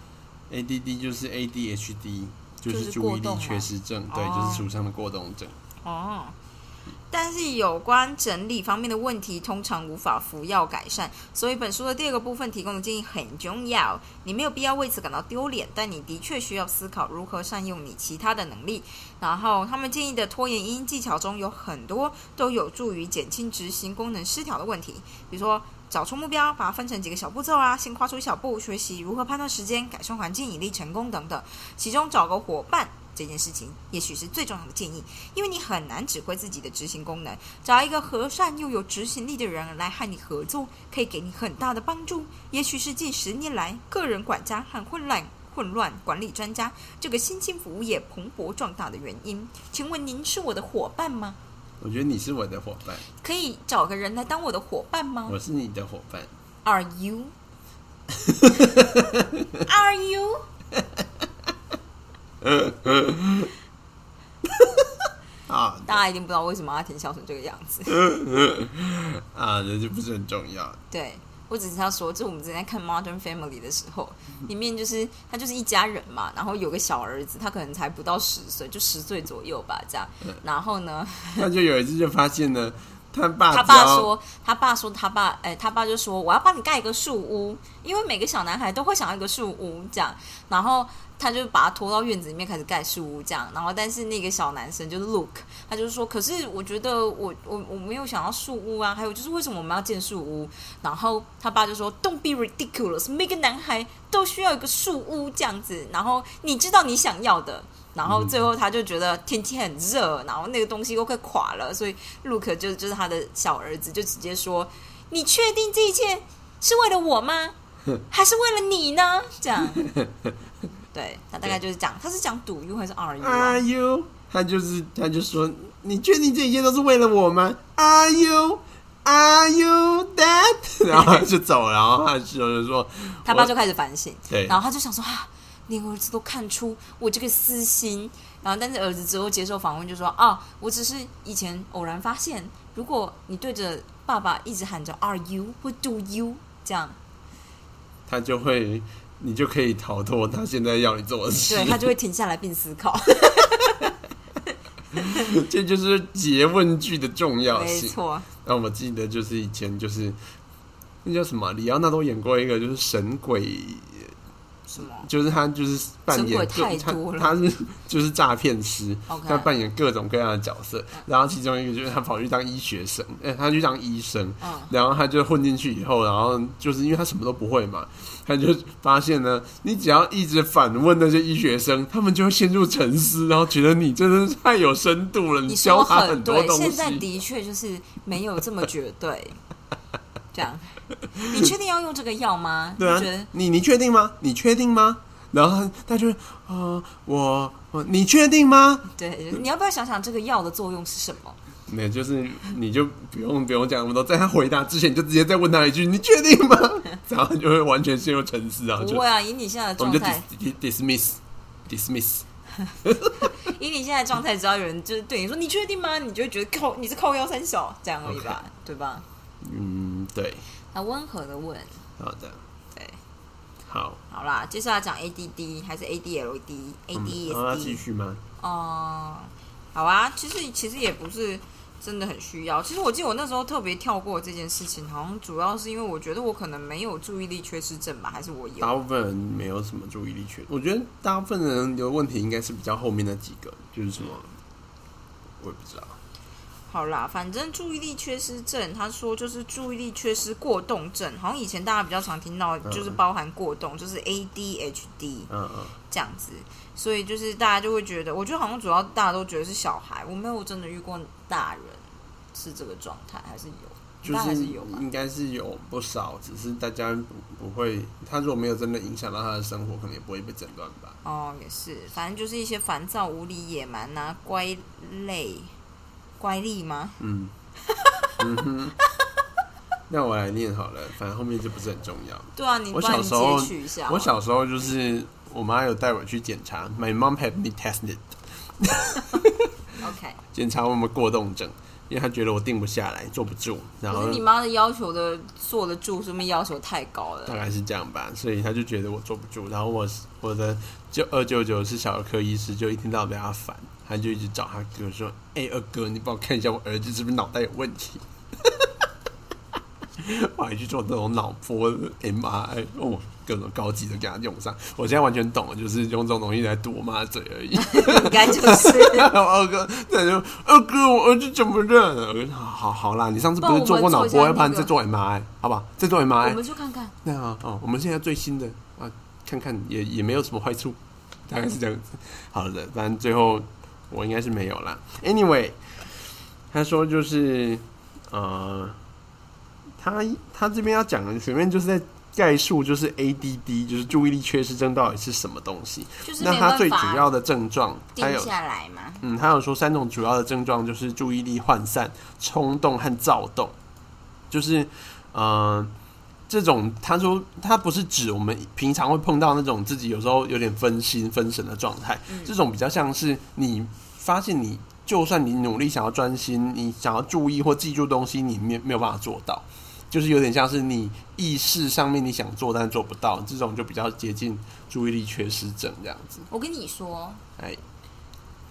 [SPEAKER 2] ？ADD 就是 ADHD，就
[SPEAKER 1] 就是
[SPEAKER 2] 是注
[SPEAKER 1] 过
[SPEAKER 2] 意力
[SPEAKER 1] 动嘛
[SPEAKER 2] 缺失症，对，
[SPEAKER 1] 哦
[SPEAKER 2] 就是俗称的过动症。
[SPEAKER 1] 哦，但是有关整理方面的问题，通常无法服药改善，所以本书的第二个部分提供的建议很重要。你没有必要为此感到丢脸，但你的确需要思考如何善用你其他的能力。然后，他们建议的拖延因技巧中有很多都有助于减轻执行功能失调的问题，比如说。找出目标，把它分成几个小步骤啊，先跨出一小步，学习如何判断时间，改善环境，以利成功等等。其中找个伙伴这件事情，也许是最重要的建议。因为你很难指挥自己的执行功能。找一个和善又有执行力的人来和你合作，可以给你很大的帮助。也许是近十年来个人管家和混乱混乱管理专家这个新兴服务业蓬勃壮大的原因。请问您是我的伙伴吗？
[SPEAKER 2] 我觉得你是我的伙伴，
[SPEAKER 1] 可以找个人来当我的伙伴吗
[SPEAKER 2] 我是你的伙伴。
[SPEAKER 1] ？Are you? Are you?
[SPEAKER 2] 啊
[SPEAKER 1] 大家一定不知道为什么阿婷笑成这个样子。
[SPEAKER 2] 啊，这就不是很重要。
[SPEAKER 1] 对，我只知道说，就我们之前在看《Modern Family》的时候，里面就是他就是一家人嘛，然后有个小儿子，他可能才不到十岁，就十岁左右吧，这样。然后呢，
[SPEAKER 2] 他就有一次就发现呢，他爸
[SPEAKER 1] 他
[SPEAKER 2] 只要
[SPEAKER 1] 爸说，他爸说他爸，哎、他爸就说我要帮你盖一个树屋，因为每个小男孩都会想要一个树屋这样。然后他就把他拖到院子里面开始盖树屋这样。然后但是那个小男生就是 Look，他就说，可是我觉得我我我没有想要树屋啊，还有就是为什么我们要建树屋？然后他爸就说，Don't be ridiculous，每个男孩都需要一个树屋这样子。然后你知道你想要的。然后最后他就觉得天气很热，然后那个东西都快垮了，所以 Luke 就就是他的小儿子就直接说：“你确定这一切是为了我吗？还是为了你呢？”这样，对他大概就是讲，他是讲 Do you 还是 Are you？、啊、
[SPEAKER 2] Are you？他就是他就说，你确定这一切都是为了我吗？Are you？Are you that？然 后他就走了，然后他就是说，
[SPEAKER 1] 他爸就开始反省，
[SPEAKER 2] 对
[SPEAKER 1] 然后他就想说啊，连儿子都看出我这个私心。然后，但是儿子之后接受访问就说啊，我只是以前偶然发现，如果你对着爸爸一直喊着 “Are you” 或 “Do you” 这样，
[SPEAKER 2] 他就会，你就可以逃脱他现在要你做的事
[SPEAKER 1] 对。他就会停下来并思考。
[SPEAKER 2] 这就是诘问句的重要
[SPEAKER 1] 没
[SPEAKER 2] 性。
[SPEAKER 1] 错，
[SPEAKER 2] 那我记得就是以前就是那叫什么，里奥纳多演过一个就是神鬼，
[SPEAKER 1] 什么？
[SPEAKER 2] 就是他就是扮
[SPEAKER 1] 神
[SPEAKER 2] 演
[SPEAKER 1] 鬼太
[SPEAKER 2] 他
[SPEAKER 1] 多了
[SPEAKER 2] 他是就是诈骗师
[SPEAKER 1] OK 嗯
[SPEAKER 2] 他扮演各种各样的角色。然后其中一个就是他跑去当医学生，哎、他去当医生，
[SPEAKER 1] 嗯，
[SPEAKER 2] 然后他就混进去以后，然后就是因为他什么都不会嘛，他就发现呢，你只要一直反问那些医学生，他们就会陷入沉思，然后觉得你真的是太有深度了，
[SPEAKER 1] 你
[SPEAKER 2] 教
[SPEAKER 1] 说
[SPEAKER 2] 他
[SPEAKER 1] 很
[SPEAKER 2] 多
[SPEAKER 1] 对，
[SPEAKER 2] 东
[SPEAKER 1] 现在
[SPEAKER 2] 西。
[SPEAKER 1] 的确就是没有这么绝对。这样，你确定要用这个药吗？
[SPEAKER 2] 对啊
[SPEAKER 1] 你觉得，
[SPEAKER 2] 你你确定吗？你确定吗？然后他他就呃，我我你确定吗？
[SPEAKER 1] 对，你要不要想想这个药的作用是什么？
[SPEAKER 2] 没有，就是你就不用不用讲那么多，在他回答之前，你就直接再问他一句：“你确定 吗？”然后他就会完全陷入沉思，然后
[SPEAKER 1] 不
[SPEAKER 2] 就
[SPEAKER 1] 会啊，以你现在的状
[SPEAKER 2] 我们就
[SPEAKER 1] 态，
[SPEAKER 2] dis dismiss dismiss。
[SPEAKER 1] 以你现在的状态，只要有人就是对你说“你确定吗”，你就会觉得靠你是靠腰三小这样而已吧对吧？
[SPEAKER 2] 嗯，对，
[SPEAKER 1] 那温和的问，
[SPEAKER 2] 好的，
[SPEAKER 1] 对，
[SPEAKER 2] 好，
[SPEAKER 1] 好啦，接下来讲 ADD 还是 ADLD，ADSD，、
[SPEAKER 2] 然后要嗯啊继续吗？
[SPEAKER 1] E 哦、好啊，其实其实也不是真的很需要。其实我记得我那时候特别跳过这件事情，好像主要是因为我觉得我可能没有注意力缺失症吧，还是我有？
[SPEAKER 2] 大部分人没有什么注意力缺，我觉得大部分人的问题应该是比较后面那几个，就是什么，我也不知道。
[SPEAKER 1] 好啦，反正注意力缺失症，他说就是注意力缺失过动症，好像以前大家比较常听到，就是包含过动，就是 ADHD
[SPEAKER 2] 嗯嗯，
[SPEAKER 1] 这样子。所以就是大家就会觉得，我觉得好像主要大家都觉得是小孩，我没有真的遇过大人是这个状态，还是有，应
[SPEAKER 2] 就
[SPEAKER 1] 该还
[SPEAKER 2] 是
[SPEAKER 1] 是
[SPEAKER 2] 嗯
[SPEAKER 1] 有吧。
[SPEAKER 2] 应该是有不少，只是大家不不会，他如果没有真的影响到他的生活，可能也不会被诊断吧。
[SPEAKER 1] 哦，也是，反正就是一些烦躁、无理、野蛮呐、乖类、乖戾吗？
[SPEAKER 2] 嗯，嗯哼，那我来念好了，反正后面就不是很重要。
[SPEAKER 1] 对啊，你
[SPEAKER 2] 我
[SPEAKER 1] 不然
[SPEAKER 2] 小
[SPEAKER 1] 你
[SPEAKER 2] 时候
[SPEAKER 1] 截取一下好
[SPEAKER 2] 我
[SPEAKER 1] 了。
[SPEAKER 2] 小时候就是我妈有带我去检查，My mom had me tested，
[SPEAKER 1] OK，
[SPEAKER 2] 检查我有没有过动症，因为她觉得我定不下来，坐不住，然
[SPEAKER 1] 可
[SPEAKER 2] 后
[SPEAKER 1] 是你妈的要求的坐得住，是不是要求太高
[SPEAKER 2] 大
[SPEAKER 1] 了？
[SPEAKER 2] 概是这样吧，所以她就觉得我坐不住，然后我我的就二舅舅是小儿科医师，就一天到晚被她烦，她就一直找他哥说：“哎、二哥，你帮我看一下我儿子是不是脑袋有问题。” 我还去做那种脑波 MRI，哦，各种高级的给他用上。我现在完全懂了，就是用这种东西来堵我妈的嘴而已。
[SPEAKER 1] 应该就是。
[SPEAKER 2] 然后二哥，那就二哥，我儿子怎么了？我说好好啦，你上次不是做过脑波，要
[SPEAKER 1] 不然我们做一下那个
[SPEAKER 2] 不然再做 MRI，好吧？再做
[SPEAKER 1] 我
[SPEAKER 2] MRI。
[SPEAKER 1] 们去看看。
[SPEAKER 2] 那哦，我们现在最新的啊，看看也也没有什么坏处，大概是这样子。好的，反正最后我应该是没有啦。Anyway，他说就是呃，他他这边要讲的前面就是在概述，就是 ADD，就是注意力缺失症到底是什么东西。
[SPEAKER 1] 就是
[SPEAKER 2] 那
[SPEAKER 1] 没
[SPEAKER 2] 他
[SPEAKER 1] 办
[SPEAKER 2] 最主
[SPEAKER 1] 法
[SPEAKER 2] 要的症状，
[SPEAKER 1] 定
[SPEAKER 2] 还有
[SPEAKER 1] 下来嘛。
[SPEAKER 2] 嗯，他有说三种主要的症状就是注意力涣散、冲动和躁动，就是呃，这种他说他不是指我们平常会碰到那种自己有时候有点分心分神的状态，这种比较像是你发现你就算你努力想要专心，你想要注意或记住东西，你没没有办法做到。就是有点像是你意识上面你想做但是做不到，这种就比较接近注意力缺失症这样子。
[SPEAKER 1] 我跟你说，
[SPEAKER 2] 哎，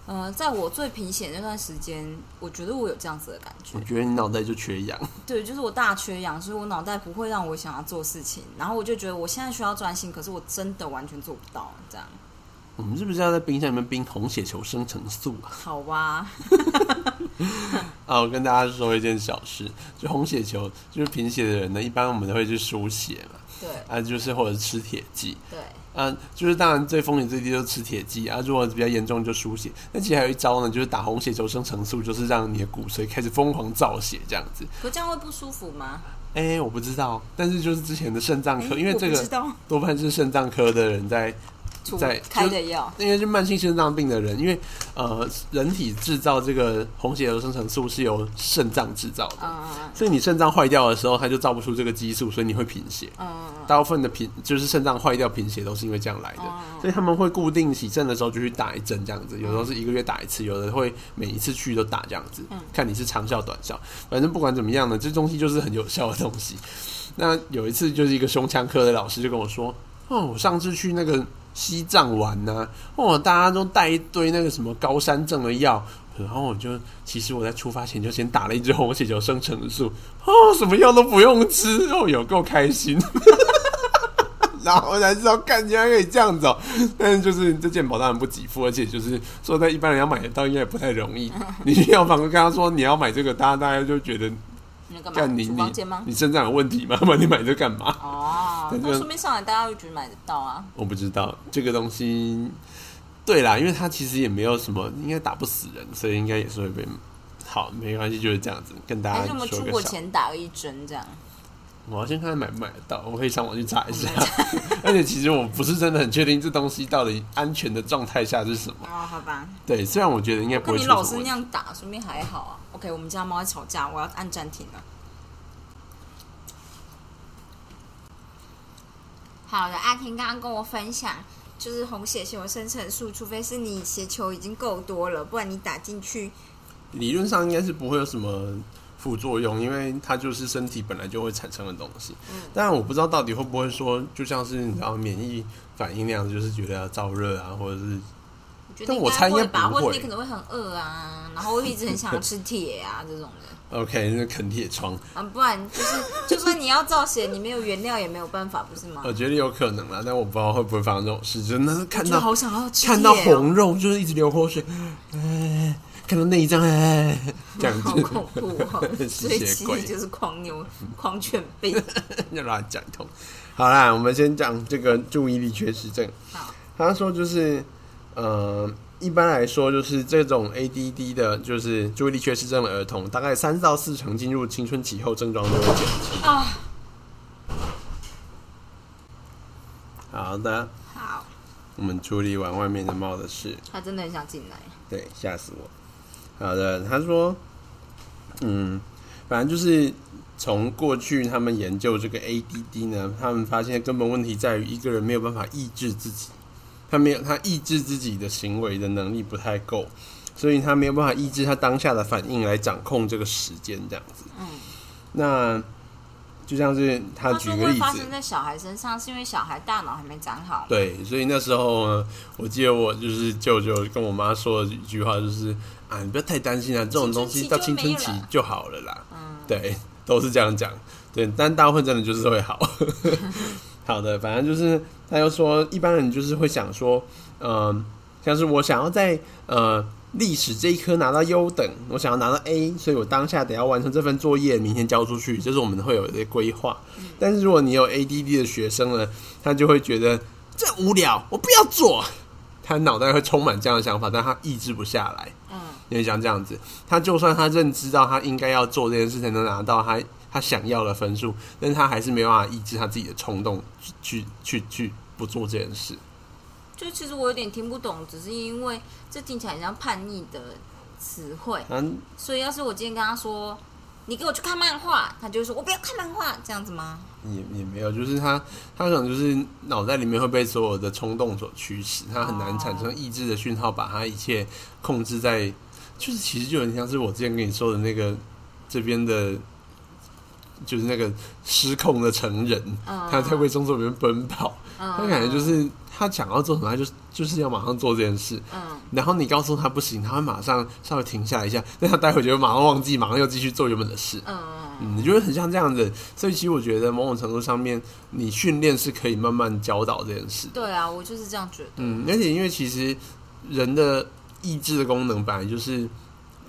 [SPEAKER 1] 呃，在我最贫血那段时间，我觉得我有这样子的感觉
[SPEAKER 2] 我。觉得你脑袋就缺氧，
[SPEAKER 1] 对，就是我大缺氧，所以我脑袋不会让我想要做事情，然后我就觉得我现在需要专心，可是我真的完全做不到，这样
[SPEAKER 2] 我们是不是要在冰箱里面冰红血球生成素啊？
[SPEAKER 1] 好吧？
[SPEAKER 2] 啊，我跟大家说一件小事，就红血球就是贫血的人呢，一般我们都会去输血嘛，
[SPEAKER 1] 对
[SPEAKER 2] 啊，就是或者吃铁剂，
[SPEAKER 1] 对，
[SPEAKER 2] 啊，就是当然最风险最低就是吃铁剂啊，如果比较严重就输血。那其实还有一招呢，就是打红血球生成素，就是让你的骨髓开始疯狂造血这样子。
[SPEAKER 1] 可这样会不舒服吗？
[SPEAKER 2] 哎、我不知道，但是就是之前的肾脏科，
[SPEAKER 1] 诶
[SPEAKER 2] 因为这
[SPEAKER 1] 我不知
[SPEAKER 2] 个
[SPEAKER 1] 道
[SPEAKER 2] 多半是肾脏科的人在
[SPEAKER 1] 除
[SPEAKER 2] 在
[SPEAKER 1] 开的药，
[SPEAKER 2] 应该是慢性肾脏病的人，因为呃，人体制造这个红血球生成素是由肾脏制造的，
[SPEAKER 1] 嗯嗯
[SPEAKER 2] 所以你肾脏坏掉的时候，它就造不出这个激素，所以你会贫血。
[SPEAKER 1] 嗯嗯哦
[SPEAKER 2] 大部分的贫就是肾脏坏掉贫血都是因为这样来的，所以他们会固定洗肾的时候就去打一针这样
[SPEAKER 1] 嗯
[SPEAKER 2] 子，有时候是一个月打一次，有的会每一次去都打这样子，
[SPEAKER 1] 嗯
[SPEAKER 2] 看你是长效短效，反正不管怎么样呢，这东西就是很有效的东西。那有一次就是一个胸腔科的老师就跟我说，哦，我上次去那个西藏玩呢、哦，大家都带一堆那个什么高山症的药。然后我就，其实我在出发前就先打了一支红血球生成素，哦，什么药都不用吃，哦，有够开心。 然后我才知道，看竟然可以这样子哦、但是就是这健保当然不给付，而且就是说在一般人要买得到，应该也不太容易。你去药房跟他说你要买这个，大家大家就觉得
[SPEAKER 1] 嗯，那干
[SPEAKER 2] 干
[SPEAKER 1] 嘛？
[SPEAKER 2] 你
[SPEAKER 1] 厨
[SPEAKER 2] 你
[SPEAKER 1] 房间吗？
[SPEAKER 2] 你身上有问题吗？ 不然你买这干嘛？
[SPEAKER 1] 哦，
[SPEAKER 2] 对
[SPEAKER 1] 那
[SPEAKER 2] 就
[SPEAKER 1] 说明上来大家会觉得买得到啊。
[SPEAKER 2] 我不知道这个东西。对啦，因为它其实也没有什么，应该打不死人，所以应该也是会被。好，没关系，就是这样子跟大
[SPEAKER 1] 还
[SPEAKER 2] 家
[SPEAKER 1] 是我们
[SPEAKER 2] 啊说
[SPEAKER 1] 哎出
[SPEAKER 2] 个
[SPEAKER 1] 国
[SPEAKER 2] 小。
[SPEAKER 1] 前打了一针这样？
[SPEAKER 2] 我要先看看买不买得到，我可以上网去查 一下。 而且其实我不是真的很确定这东西到底安全的状态下是什么。
[SPEAKER 1] 哦，好吧，
[SPEAKER 2] 对，虽然我觉得应该不
[SPEAKER 1] 跟
[SPEAKER 2] 会
[SPEAKER 1] 你
[SPEAKER 2] 出
[SPEAKER 1] 老
[SPEAKER 2] 什
[SPEAKER 1] 是
[SPEAKER 2] 么
[SPEAKER 1] 那
[SPEAKER 2] 问题。
[SPEAKER 1] 样打，说明还好啊。OK，我们家猫在吵架，我要按暂停了。好的，阿婷刚刚跟我分享，就是红血球生成素，除非是你血球已经够多了，不然你打进去，
[SPEAKER 2] 理论上应该是不会有什么副作用，因为它就是身体本来就会产生的东西。
[SPEAKER 1] 嗯
[SPEAKER 2] 当然我不知道到底会不会说，就像是你知道免疫反应那样，就是觉得要燥热啊，或者是
[SPEAKER 1] 我觉得
[SPEAKER 2] 但
[SPEAKER 1] 应
[SPEAKER 2] 我
[SPEAKER 1] 该
[SPEAKER 2] 猜应该
[SPEAKER 1] 会吧，
[SPEAKER 2] 不
[SPEAKER 1] 或者
[SPEAKER 2] 会
[SPEAKER 1] 你可能会很饿啊，然后会一直很想要 吃铁啊这种的
[SPEAKER 2] OK 那啃铁窗，
[SPEAKER 1] 啊，不然就是就算你要造血，你没有原料也没有办法，不是吗？
[SPEAKER 2] 我觉得有可能啦，但我不知道会不会发生这种事，呃真的是看
[SPEAKER 1] 就
[SPEAKER 2] 到
[SPEAKER 1] 好想要吃铁哦、
[SPEAKER 2] 看到红肉就是一直流口水，哎，看到内脏哎，这样
[SPEAKER 1] 好
[SPEAKER 2] 子
[SPEAKER 1] 恐怖 哦！所以
[SPEAKER 2] 吸
[SPEAKER 1] 其
[SPEAKER 2] 血鬼
[SPEAKER 1] 实就是狂牛、狂犬 病。
[SPEAKER 2] 就乱讲一通。好啦，我们先讲这个注意力缺失症。
[SPEAKER 1] 好，
[SPEAKER 2] 他说就是，呃，一般来说就是这种 ADD 的，就是注意力缺失症的儿童，大概三到四成进入青春期后症状就会减轻
[SPEAKER 1] 啊。
[SPEAKER 2] 好的，
[SPEAKER 1] 好，
[SPEAKER 2] 我们处理完外面的猫的事。
[SPEAKER 1] 他真的很想进来。
[SPEAKER 2] 对，吓死我。好的，他说，嗯，反正就是从过去他们研究这个 ADD 呢，他们发现根本问题在于一个人没有办法抑制自己，他没有他抑制自己的行为的能力不太够，所以他没有办法抑制他当下的反应来掌控这个时间这样子。
[SPEAKER 1] 嗯，
[SPEAKER 2] 那就像是他
[SPEAKER 1] 他
[SPEAKER 2] 举
[SPEAKER 1] 说
[SPEAKER 2] 个
[SPEAKER 1] 会
[SPEAKER 2] 例
[SPEAKER 1] 发
[SPEAKER 2] 子
[SPEAKER 1] 生，在小孩身上，是因为小孩大脑还没长好。
[SPEAKER 2] 对，所以那时候呢，我记得我就是舅舅跟我妈说的一句话，就是啊，你不要太担心啊，这种东西到青春期就好了啦。
[SPEAKER 1] 嗯，
[SPEAKER 2] 对， 都是这样讲。对，但大部分真的就是会 好。好的，反正就是他又说，一般人就是会想说，嗯、像是我想要在呃历史这一科拿到优等，我想要拿到 A，所以我当下得要完成这份作业，明天交出去，这是我们会有的规划。但是如果你有 ADD 的学生呢，他就会觉得这无聊，我不要做。他脑袋会充满这样的想法，但他抑制不下来。
[SPEAKER 1] 嗯，
[SPEAKER 2] 因为像这样子，他就算他认知到他应该要做这件事才能拿到他他想要的分数，但是他还是没办法抑制他自己的冲动去去去去不做这件事。
[SPEAKER 1] 就其实我有点听不懂，只是因为这听起来很像叛逆的词汇。
[SPEAKER 2] 嗯，
[SPEAKER 1] 所以要是我今天跟他说。你给我去看漫画，他就会说：“我不要看漫画，这样子吗
[SPEAKER 2] 也也没有，就是他他可能就是脑袋里面会被所有的冲动所驱使，他很难产生意志的讯号，把他一切控制在，就是其实就很像是我之前跟你说的那个这边的就是那个失控的成人，
[SPEAKER 1] 嗯
[SPEAKER 2] 他在为工作里面奔跑，
[SPEAKER 1] 嗯
[SPEAKER 2] 他感觉就是他想要做什么，他就是就是要马上做这件事。
[SPEAKER 1] 嗯，
[SPEAKER 2] 然后你告诉他不行，他会马上稍微停下来一下，但他待会就会马上忘记，马上又继续做原本的事。
[SPEAKER 1] 嗯
[SPEAKER 2] 嗯，你觉得很像这样子，所以其实我觉得某种程度上面，你训练是可以慢慢教导这件事的。
[SPEAKER 1] 对啊，我就是这样觉得。
[SPEAKER 2] 嗯，而且因为其实人的意志的功能本来就是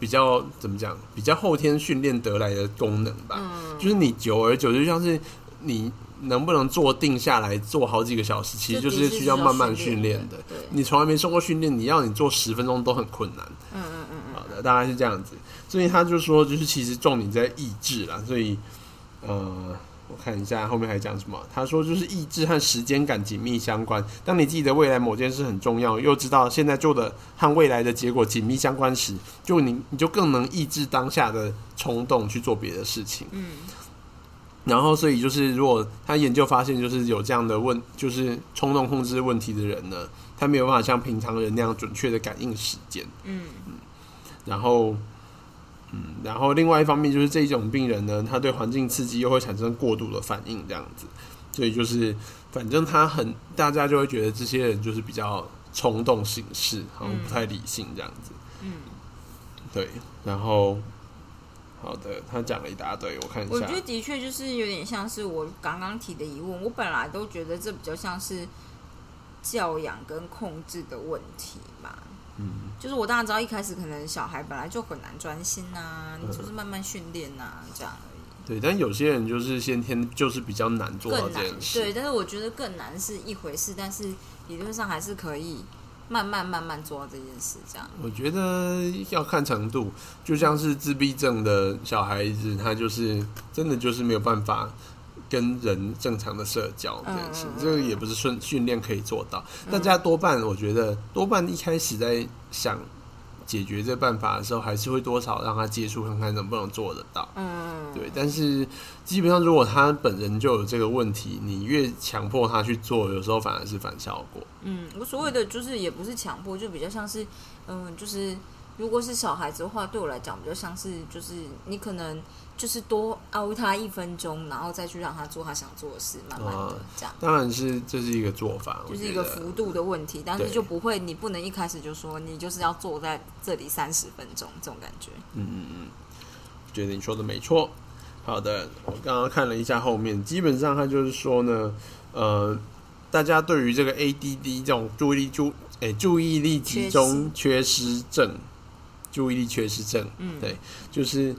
[SPEAKER 2] 比较怎么讲，比较后天训练得来的功能吧。
[SPEAKER 1] 嗯，
[SPEAKER 2] 就是你久而久之，就像是你能不能坐定下来坐好几个小时，其实
[SPEAKER 1] 就
[SPEAKER 2] 就是
[SPEAKER 1] 的确
[SPEAKER 2] 需
[SPEAKER 1] 是
[SPEAKER 2] 要
[SPEAKER 1] 要
[SPEAKER 2] 慢慢
[SPEAKER 1] 训
[SPEAKER 2] 训
[SPEAKER 1] 练
[SPEAKER 2] 练的
[SPEAKER 1] 的对。
[SPEAKER 2] 你从来没受过训练，你要你做十分钟都很困难。
[SPEAKER 1] 嗯嗯嗯嗯，
[SPEAKER 2] 好的，大概是这样子。所以他就说，就是其实重点在意志啦。所以，呃，我看一下后面还讲什么。他说，就是意志和时间感紧密相关。当你自己的未来某件事很重要，又知道现在做的和未来的结果紧密相关时，就你你就更能抑制当下的冲动去做别的事情。
[SPEAKER 1] 嗯。
[SPEAKER 2] 然后，所以就是，如果他研究发现，就是有这样的问，就是冲动控制问题的人呢，他没有办法像平常人那样准确的感应时间。
[SPEAKER 1] 嗯
[SPEAKER 2] 然后，嗯，然后另外一方面就是这一种病人呢，他对环境刺激又会产生过度的反应，这样子，所以就是反正他很，大家就会觉得这些人就是比较冲动行事，好像不太理性这样子，
[SPEAKER 1] 嗯，
[SPEAKER 2] 对，然后。好的，他讲了一大堆，我看一
[SPEAKER 1] 我
[SPEAKER 2] 下
[SPEAKER 1] 觉。得的确就是有点像是我刚刚提的疑问，我本来都觉得这比较像是教养跟控制的问题嘛。嗯，就是我当然知道一开始可能小孩本来就很难专心呐、
[SPEAKER 2] 嗯
[SPEAKER 1] 你就是慢慢训练呐，这样而已。
[SPEAKER 2] 对，但有些人就是先天就是比较难做到
[SPEAKER 1] 更
[SPEAKER 2] 这
[SPEAKER 1] 难
[SPEAKER 2] 件事。
[SPEAKER 1] 对，但是我觉得更难是一回事，但是理论上还是可以慢慢慢慢做到这件事，这样。
[SPEAKER 2] 我觉得要看程度，就像是自闭症的小孩子，他就是真的就是没有办法跟人正常的社交这件
[SPEAKER 1] 嗯
[SPEAKER 2] 事
[SPEAKER 1] 嗯，嗯
[SPEAKER 2] 这个也不是训训练可以做到。大家多半我觉得多半一开始在想解决这办法的时候，还是会多少让他接触看看能不能做得到。
[SPEAKER 1] 嗯，
[SPEAKER 2] 对，但是基本上如果他本人就有这个问题，你越强迫他去做，有时候反而是反效果。
[SPEAKER 1] 嗯，我所谓的就是也不是强迫，就比较像是，嗯，就是如果是小孩子的话，对我来讲比较像是，就是你可能就是多凹他一分钟，然后再去让他做他想做的事，慢慢的
[SPEAKER 2] 哦
[SPEAKER 1] 这样，
[SPEAKER 2] 当然是这是一个做法，我
[SPEAKER 1] 就是一
[SPEAKER 2] 觉
[SPEAKER 1] 个
[SPEAKER 2] 得
[SPEAKER 1] 幅度的问题，但是
[SPEAKER 2] 对
[SPEAKER 1] 就不会，你不能一开始就说你就是要坐在这里三十分钟这种感觉。
[SPEAKER 2] 觉得你说的没错。好的，我刚刚看了一下后面，基本上他就是说呢，呃，大家对于这个 ADD 这种注意力注诶、注意力集中缺失症，注意力缺失症，
[SPEAKER 1] 嗯
[SPEAKER 2] 对，就是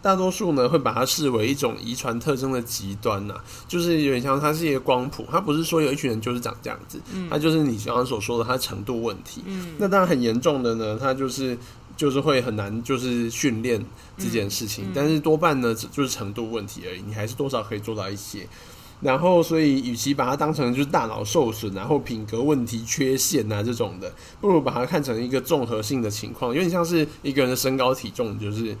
[SPEAKER 2] 大多数呢会把它视为一种遗传特征的极端呐、就是有点像它是一个光谱，它不是说有一群人就是长这样子，它就是你刚刚所说的它程度问题。
[SPEAKER 1] 嗯
[SPEAKER 2] 那当然很严重的呢，它就是就是会很难就是训练这件事情，
[SPEAKER 1] 嗯嗯
[SPEAKER 2] 但是多半呢只就是程度问题而已，你还是多少可以做到一些。然后，所以与其把它当成就是大脑受损啊，或品格问题缺陷啊这种的，不如把它看成一个综合性的情况，有点像是一个人的身高体重，就是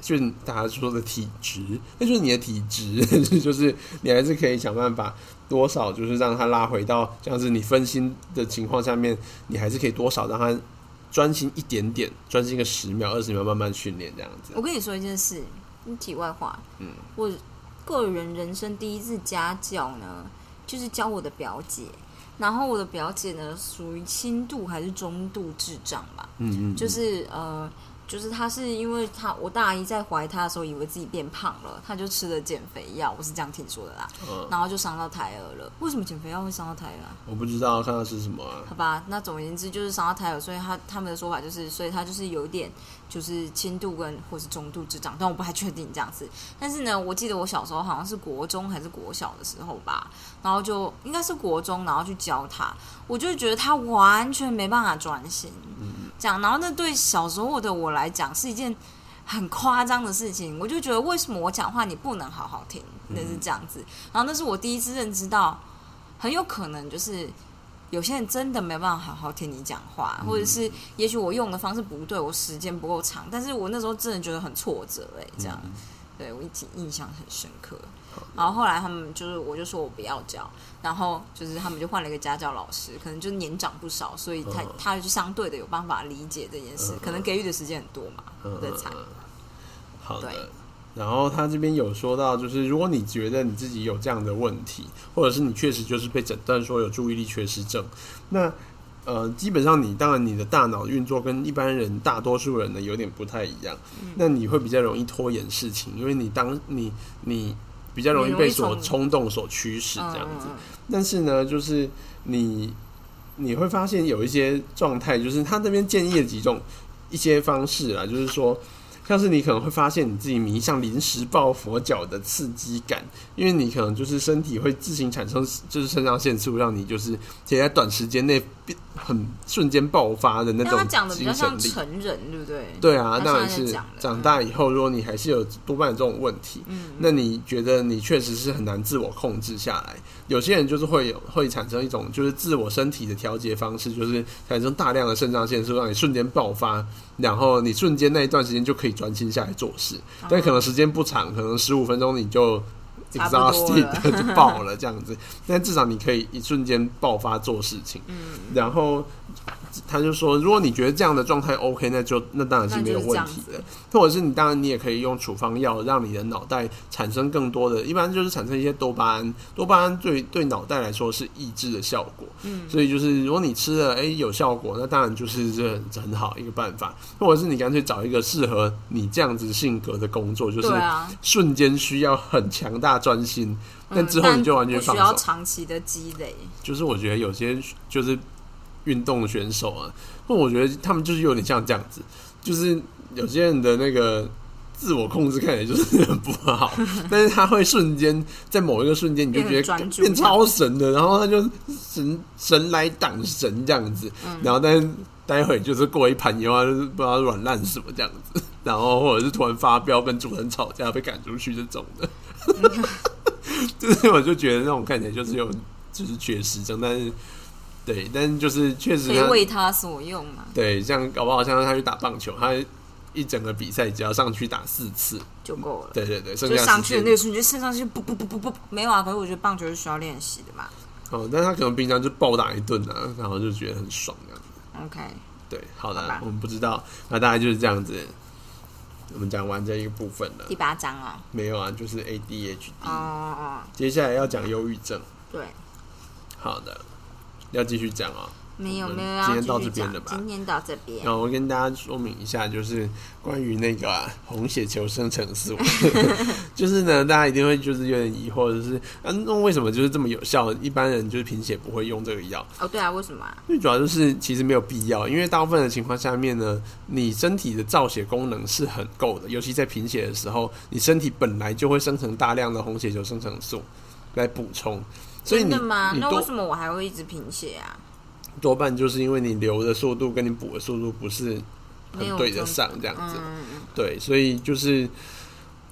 [SPEAKER 2] 就是大家说的体质， 那就是你的体质，就是你还是可以想办法多少，就是让它拉回到像是你分心的情况下面，你还是可以多少让它专心一点点，专心个十秒、二十秒，慢慢训练这样子。
[SPEAKER 1] 我跟你说一件事，题外话，嗯，我个人人生第一次家教呢，就是教我的表姐，然后我的表姐呢属于轻度还是中度智障吧，
[SPEAKER 2] 嗯嗯，
[SPEAKER 1] 就是呃。就是她是因为她，我大姨在怀她的时候，以为自己变胖了，她就吃了减肥药，我是这样听说的啦。
[SPEAKER 2] 嗯，
[SPEAKER 1] 然后就伤到胎儿了。为什么减肥药会伤到胎儿啊？
[SPEAKER 2] 我不知道看到是什么啊。
[SPEAKER 1] 好吧，那总而言之就是伤到胎儿，所以他他们的说法就是，所以他就是有一点就是轻度跟或是中度智障，但我不太确定这样子。但是呢，我记得我小时候好像是国中还是国小的时候吧，然后就应该是国中，然后去教他，我就觉得他完全没办法专心，这样，然后那对小时候的我来讲是一件。很夸张的事情，我就觉得为什么我讲话你不能好好听，那是这样子。然后那是我第一次认知到，很有可能就是有些人真的没办法好好听你讲话，或者
[SPEAKER 2] 嗯
[SPEAKER 1] 是也许我用的方式不对，我时间不够长，但是我那时候真的觉得很挫折哎、这
[SPEAKER 2] 嗯
[SPEAKER 1] 样，对我一直印象很深刻。然后后来他们就是，我就说我不要教，然后就是他们就换了一个家教老师，可能就年长不少，所以他、
[SPEAKER 2] 嗯
[SPEAKER 1] 他就相对的有办法理解这件事，
[SPEAKER 2] 嗯嗯
[SPEAKER 1] 可能给予的时间很多嘛，
[SPEAKER 2] 嗯
[SPEAKER 1] 我在猜。
[SPEAKER 2] 好的
[SPEAKER 1] 对，
[SPEAKER 2] 然后他这边有说到，就是如果你觉得你自己有这样的问题，或者是你确实就是被诊断说有注意力缺失症，那呃，基本上你当然你的大脑运作跟一般人大多数人呢有点不太一样，
[SPEAKER 1] 嗯
[SPEAKER 2] 那你会比较容易拖延事情，因为你当你你比较容易
[SPEAKER 1] 你容易
[SPEAKER 2] 被所
[SPEAKER 1] 从
[SPEAKER 2] 冲动所驱使
[SPEAKER 1] 嗯
[SPEAKER 2] 这样子。
[SPEAKER 1] 嗯
[SPEAKER 2] 但是呢，就是你你会发现有一些状态，就是他这边建议的几种一些方式啊，就是说，像是你可能会发现你自己迷上临时抱佛脚的刺激感，因为你可能就是身体会自行产生就是肾上腺素，让你就是可以在短时间内变很瞬间爆发的那
[SPEAKER 1] 但
[SPEAKER 2] 种
[SPEAKER 1] 他讲的比较
[SPEAKER 2] 精神
[SPEAKER 1] 像
[SPEAKER 2] 力。
[SPEAKER 1] 成人，对不对？
[SPEAKER 2] 对啊，
[SPEAKER 1] 他
[SPEAKER 2] 当然
[SPEAKER 1] 现在
[SPEAKER 2] 是
[SPEAKER 1] 讲的
[SPEAKER 2] 长大以后，如果你还是有多半有这种问题，
[SPEAKER 1] 嗯，
[SPEAKER 2] 那你觉得你确实是很难自我控制下来。有些人就是会有会产生一种就是自我身体的调节方式，就是产生大量的肾上腺素，让你瞬间爆发，然后你瞬间那一段时间就可以专心下来做事。但可能时间不长，可能十五分钟你就
[SPEAKER 1] 差不多
[SPEAKER 2] exhausted
[SPEAKER 1] 了
[SPEAKER 2] 就爆了这样子。但至少你可以一瞬间爆发做事情。
[SPEAKER 1] 嗯，
[SPEAKER 2] 然后他就说，如果你觉得这样的状态 OK，那就那当然是没有问题
[SPEAKER 1] 那就是这
[SPEAKER 2] 的。或者是你当然你也可以用处方药，让你的脑袋产生更多的，一般就是产生一些多巴胺。多巴胺对对脑袋来说是抑制的效果，
[SPEAKER 1] 嗯，
[SPEAKER 2] 所以就是如果你吃了哎有效果，那当然就是这很很好一个办法。或者是你干脆找一个适合你这样子性格的工作，就是
[SPEAKER 1] 对啊，
[SPEAKER 2] 瞬间需要很强大专心，
[SPEAKER 1] 嗯
[SPEAKER 2] 但之后你就完全
[SPEAKER 1] 但
[SPEAKER 2] 放
[SPEAKER 1] 不需要
[SPEAKER 2] 手。
[SPEAKER 1] 长期的积累，
[SPEAKER 2] 就是我觉得有些就是运动选手啊，或我觉得他们就是有点像这样子，就是有些人的那个自我控制看起来就是很不好， 但是他会瞬间在某一个瞬间你就觉
[SPEAKER 1] 变
[SPEAKER 2] 得
[SPEAKER 1] 得专注
[SPEAKER 2] 变超神的，然后他就神神来挡神这样子，
[SPEAKER 1] 嗯
[SPEAKER 2] 然后但是待会就是过一盘以后，他就是不知道软烂什么这样子，然后或者是突然发飙跟主人吵架被赶出去这种的， 就是我就觉得那种看起来就是有就是缺失症，但是对，但是就是确实
[SPEAKER 1] 可
[SPEAKER 2] 他
[SPEAKER 1] 以为他所用嘛，
[SPEAKER 2] 对，像搞不好像他去打棒球，他一整个比赛只要上去打四次，
[SPEAKER 1] 就够了。
[SPEAKER 2] 对对对，剩
[SPEAKER 1] 就
[SPEAKER 2] 下
[SPEAKER 1] 上去的
[SPEAKER 2] 时
[SPEAKER 1] 那
[SPEAKER 2] 间
[SPEAKER 1] 个瞬间，肾上腺不不不不不没有啊。可是我觉得棒球是需要练习的嘛。
[SPEAKER 2] 哦，但他可能平常就暴打一顿啊，然后就觉得很爽这样子。
[SPEAKER 1] OK，
[SPEAKER 2] 对，好的，
[SPEAKER 1] 好吧
[SPEAKER 2] 我们不知道，那大概就是这样子。我们讲完这一个部分了
[SPEAKER 1] 第，八章啊，
[SPEAKER 2] 没有啊，就是 ADHD，、
[SPEAKER 1] 哦哦，
[SPEAKER 2] 接下来要讲忧郁症。
[SPEAKER 1] 对，
[SPEAKER 2] 好的，要继续讲哦。
[SPEAKER 1] 没有
[SPEAKER 2] 我们
[SPEAKER 1] 没有要
[SPEAKER 2] 今天到
[SPEAKER 1] 继续
[SPEAKER 2] 这边了
[SPEAKER 1] 讲，
[SPEAKER 2] 吧
[SPEAKER 1] 今天到这边
[SPEAKER 2] 然，后我跟大家说明一下，就是关于那个啊、红血球生成 素，就是呢，大家一定会就是有点疑惑，就是嗯，那为什么就是这么有效？一般人就是贫血不会用这个药，
[SPEAKER 1] 哦对啊，为什么啊？
[SPEAKER 2] 最主要就是其实没有必要，因为大部分的情况下面呢，你身体的造血功能是很够的，尤其在贫血的时候，你身体本来就会生成大量的红血球生成素来补充，所以
[SPEAKER 1] 真
[SPEAKER 2] 你
[SPEAKER 1] 的吗？
[SPEAKER 2] 你
[SPEAKER 1] 那
[SPEAKER 2] 多
[SPEAKER 1] 为什么我还会一直贫血啊？
[SPEAKER 2] 多半就是因为你流的速度跟你补的速度不是
[SPEAKER 1] 没
[SPEAKER 2] 很
[SPEAKER 1] 有
[SPEAKER 2] 对得
[SPEAKER 1] 中
[SPEAKER 2] 上这样子，
[SPEAKER 1] 嗯，嗯
[SPEAKER 2] 对，所以就是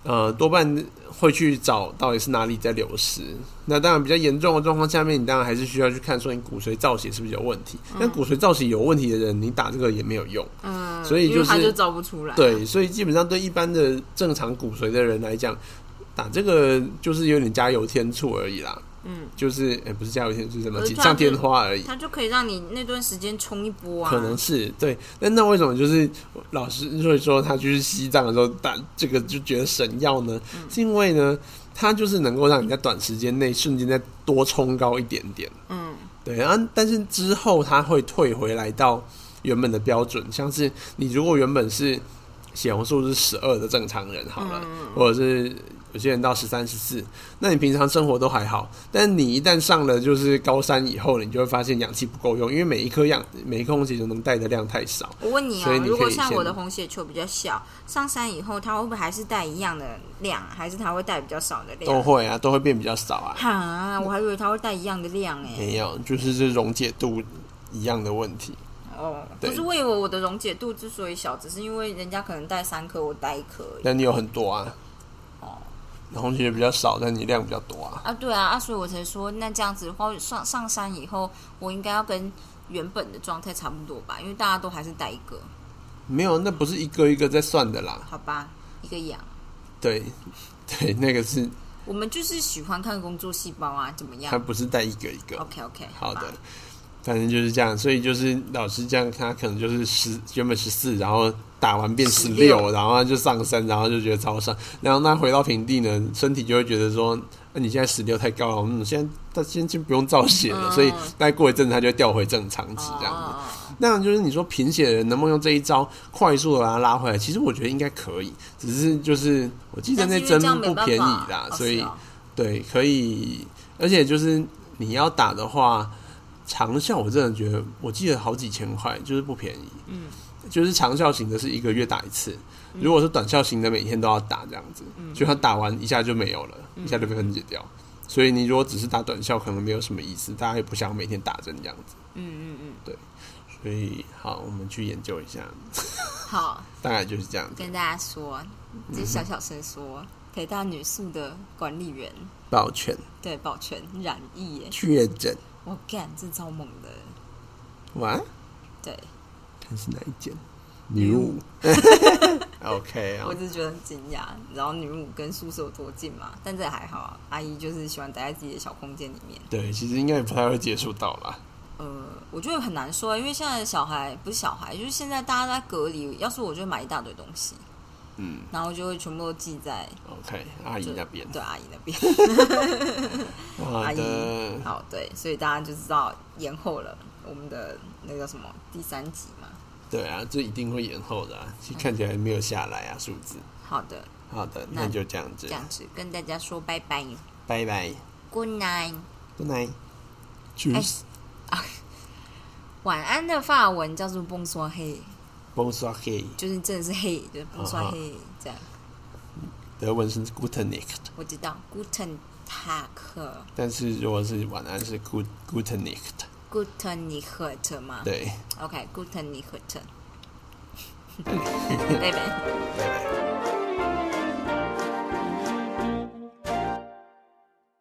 [SPEAKER 2] 呃，多半会去找到底是哪里在流失。那当然比较严重的状况下面，你当然还是需要去看说你骨髓造血是不是有问题。但骨髓造血有问题的人，你打这个也没有用。
[SPEAKER 1] 嗯，
[SPEAKER 2] 所以
[SPEAKER 1] 因为
[SPEAKER 2] 就是
[SPEAKER 1] 他就照不出来啊，
[SPEAKER 2] 对，所以基本上对一般的正常骨髓的人来讲，打这个就是有点加油添醋而已啦。
[SPEAKER 1] 嗯，
[SPEAKER 2] 就是诶、不是加油添醋，是什么
[SPEAKER 1] 可是
[SPEAKER 2] 锦
[SPEAKER 1] 它
[SPEAKER 2] 上添
[SPEAKER 1] 就
[SPEAKER 2] 花而已。
[SPEAKER 1] 他就可以让你那段时间冲一波啊，
[SPEAKER 2] 可能是对，但那为什么就是老师会说他去西藏的时候打这个就觉得神药呢？
[SPEAKER 1] 嗯
[SPEAKER 2] 是因为呢，它就是能够让你在短时间内瞬间再多冲高一点点，
[SPEAKER 1] 嗯
[SPEAKER 2] 对啊，但是之后它会退回来到原本的标准，像是你如果原本是血红素是十二的正常人好了，
[SPEAKER 1] 嗯
[SPEAKER 2] 或者是有些人到十三、十四，那你平常生活都还好，但你一旦上了就是高三以后，你就会发现氧气不够用，因为每一颗氧每一颗空气中能带的量太少。
[SPEAKER 1] 我问你哦、
[SPEAKER 2] 所以你
[SPEAKER 1] 如
[SPEAKER 2] 可
[SPEAKER 1] 果
[SPEAKER 2] 以
[SPEAKER 1] 像
[SPEAKER 2] 先
[SPEAKER 1] 我的红血球比较小，上山以后，它会不会还是带一样的量，啊还是它会带比较少的
[SPEAKER 2] 都
[SPEAKER 1] 量？
[SPEAKER 2] 会啊，都会变比较少啊。
[SPEAKER 1] 哈，我还以为它会带一样的量哎、
[SPEAKER 2] 没有，就是这溶解度一样的问题。
[SPEAKER 1] 哦，
[SPEAKER 2] 对
[SPEAKER 1] 不是，我以为我的溶解度之所以小，只是因为人家可能带三颗，我带一颗而已。
[SPEAKER 2] 但你有很多啊，
[SPEAKER 1] 哦，
[SPEAKER 2] 红血比较少，但你量比较多啊。
[SPEAKER 1] 啊，对啊，啊，所以我才说，那这样子的话，上上山以后，我应该要跟原本的状态差不多吧，因为大家都还是带一个，
[SPEAKER 2] 没有，那不是一个一个在算的啦。
[SPEAKER 1] 好吧，一个样。
[SPEAKER 2] 对，对，那个是
[SPEAKER 1] 我们就是喜欢看工作细胞啊，怎么
[SPEAKER 2] 它
[SPEAKER 1] 样
[SPEAKER 2] 不是带一个一个。
[SPEAKER 1] ？OK OK，
[SPEAKER 2] 好的，反正就是这样，所以就是老师这样，他可能就是十原本十四，然后打完变十六，
[SPEAKER 1] 16
[SPEAKER 2] 然后他就上升，然后就觉得超上，然后那回到平地呢，身体就会觉得说，那、你现在十六太高了，我们现在他先就不用造血了，
[SPEAKER 1] 嗯哦
[SPEAKER 2] 所以大概过一阵子他就会调回正常值这样子。那样就是你说贫血的人能不能用这一招快速的把它拉回来？其实我觉得应该可以，只是就是我记得
[SPEAKER 1] 但
[SPEAKER 2] 那
[SPEAKER 1] 是因为
[SPEAKER 2] 针
[SPEAKER 1] 这样没
[SPEAKER 2] 不
[SPEAKER 1] 办
[SPEAKER 2] 便宜
[SPEAKER 1] 法
[SPEAKER 2] 啦，
[SPEAKER 1] 哦
[SPEAKER 2] 所以
[SPEAKER 1] 是哦
[SPEAKER 2] 对，可以，而且就是你要打的话，长效我真的觉得，我记得好几千块，就是不便宜。嗯，就是长效型的是一个月打一次，如果是短效型的，每天都要打这样子，就它打完一下就没有了，一下就被分解掉。所以你如果只是打短效，可能没有什么意思，大家也不想每天打针这样子。
[SPEAKER 1] 嗯嗯嗯，
[SPEAKER 2] 所以好，我们去研究一下，
[SPEAKER 1] 好，
[SPEAKER 2] 大概就是这样子。
[SPEAKER 1] 跟大家说，这
[SPEAKER 2] 嗯
[SPEAKER 1] 是小小声说，台大女宿的管理员
[SPEAKER 2] 抱歉，
[SPEAKER 1] 对保全染疫耶，
[SPEAKER 2] 确诊
[SPEAKER 1] 我干这超猛的，
[SPEAKER 2] 哇，
[SPEAKER 1] 对
[SPEAKER 2] 看是哪一间？女巫。OK 啊
[SPEAKER 1] 我，只是觉得很惊讶。然后女五跟宿舍有多近嘛？但这还好啊，阿姨就是喜欢待在自己的小空间里面。
[SPEAKER 2] 对，其实应该也不太会接触到啦。
[SPEAKER 1] 呃，我觉得很难说，啊因为现在的小孩不是小孩，就是现在大家都在隔离。要是我就会买一大堆东西，
[SPEAKER 2] 嗯
[SPEAKER 1] 然后就会全部都寄在
[SPEAKER 2] ，OK，阿姨
[SPEAKER 1] 就
[SPEAKER 2] 那边，
[SPEAKER 1] 对阿姨那边。
[SPEAKER 2] 好
[SPEAKER 1] 阿姨
[SPEAKER 2] 的，
[SPEAKER 1] 好，对，所以大家就知道延后了我们的那个什么第三集嘛。
[SPEAKER 2] 对啊，这一定会延后的、啊，看起来没有下来啊，数字。
[SPEAKER 1] 好的，
[SPEAKER 2] 好的，
[SPEAKER 1] 那
[SPEAKER 2] 那就这样子
[SPEAKER 1] 这，样子跟大家说拜拜
[SPEAKER 2] 拜拜
[SPEAKER 1] ，Good night，
[SPEAKER 2] ，Good
[SPEAKER 1] 哎
[SPEAKER 2] night，Cheers，
[SPEAKER 1] 晚安的法文叫做 Bonsoir hey，
[SPEAKER 2] Bonsoir hey，
[SPEAKER 1] 就是真的是 hey，就是 Bonsoir
[SPEAKER 2] 啊
[SPEAKER 1] hey 这样。
[SPEAKER 2] 德文是 Guten Nacht，
[SPEAKER 1] 我知道，Guten Tag，Guten
[SPEAKER 2] 但是如果是晚安是 Good Guten Nacht，
[SPEAKER 1] Nacht 吗？
[SPEAKER 2] 对，
[SPEAKER 1] OK，Guten Nacht，拜拜。
[SPEAKER 2] 拜拜。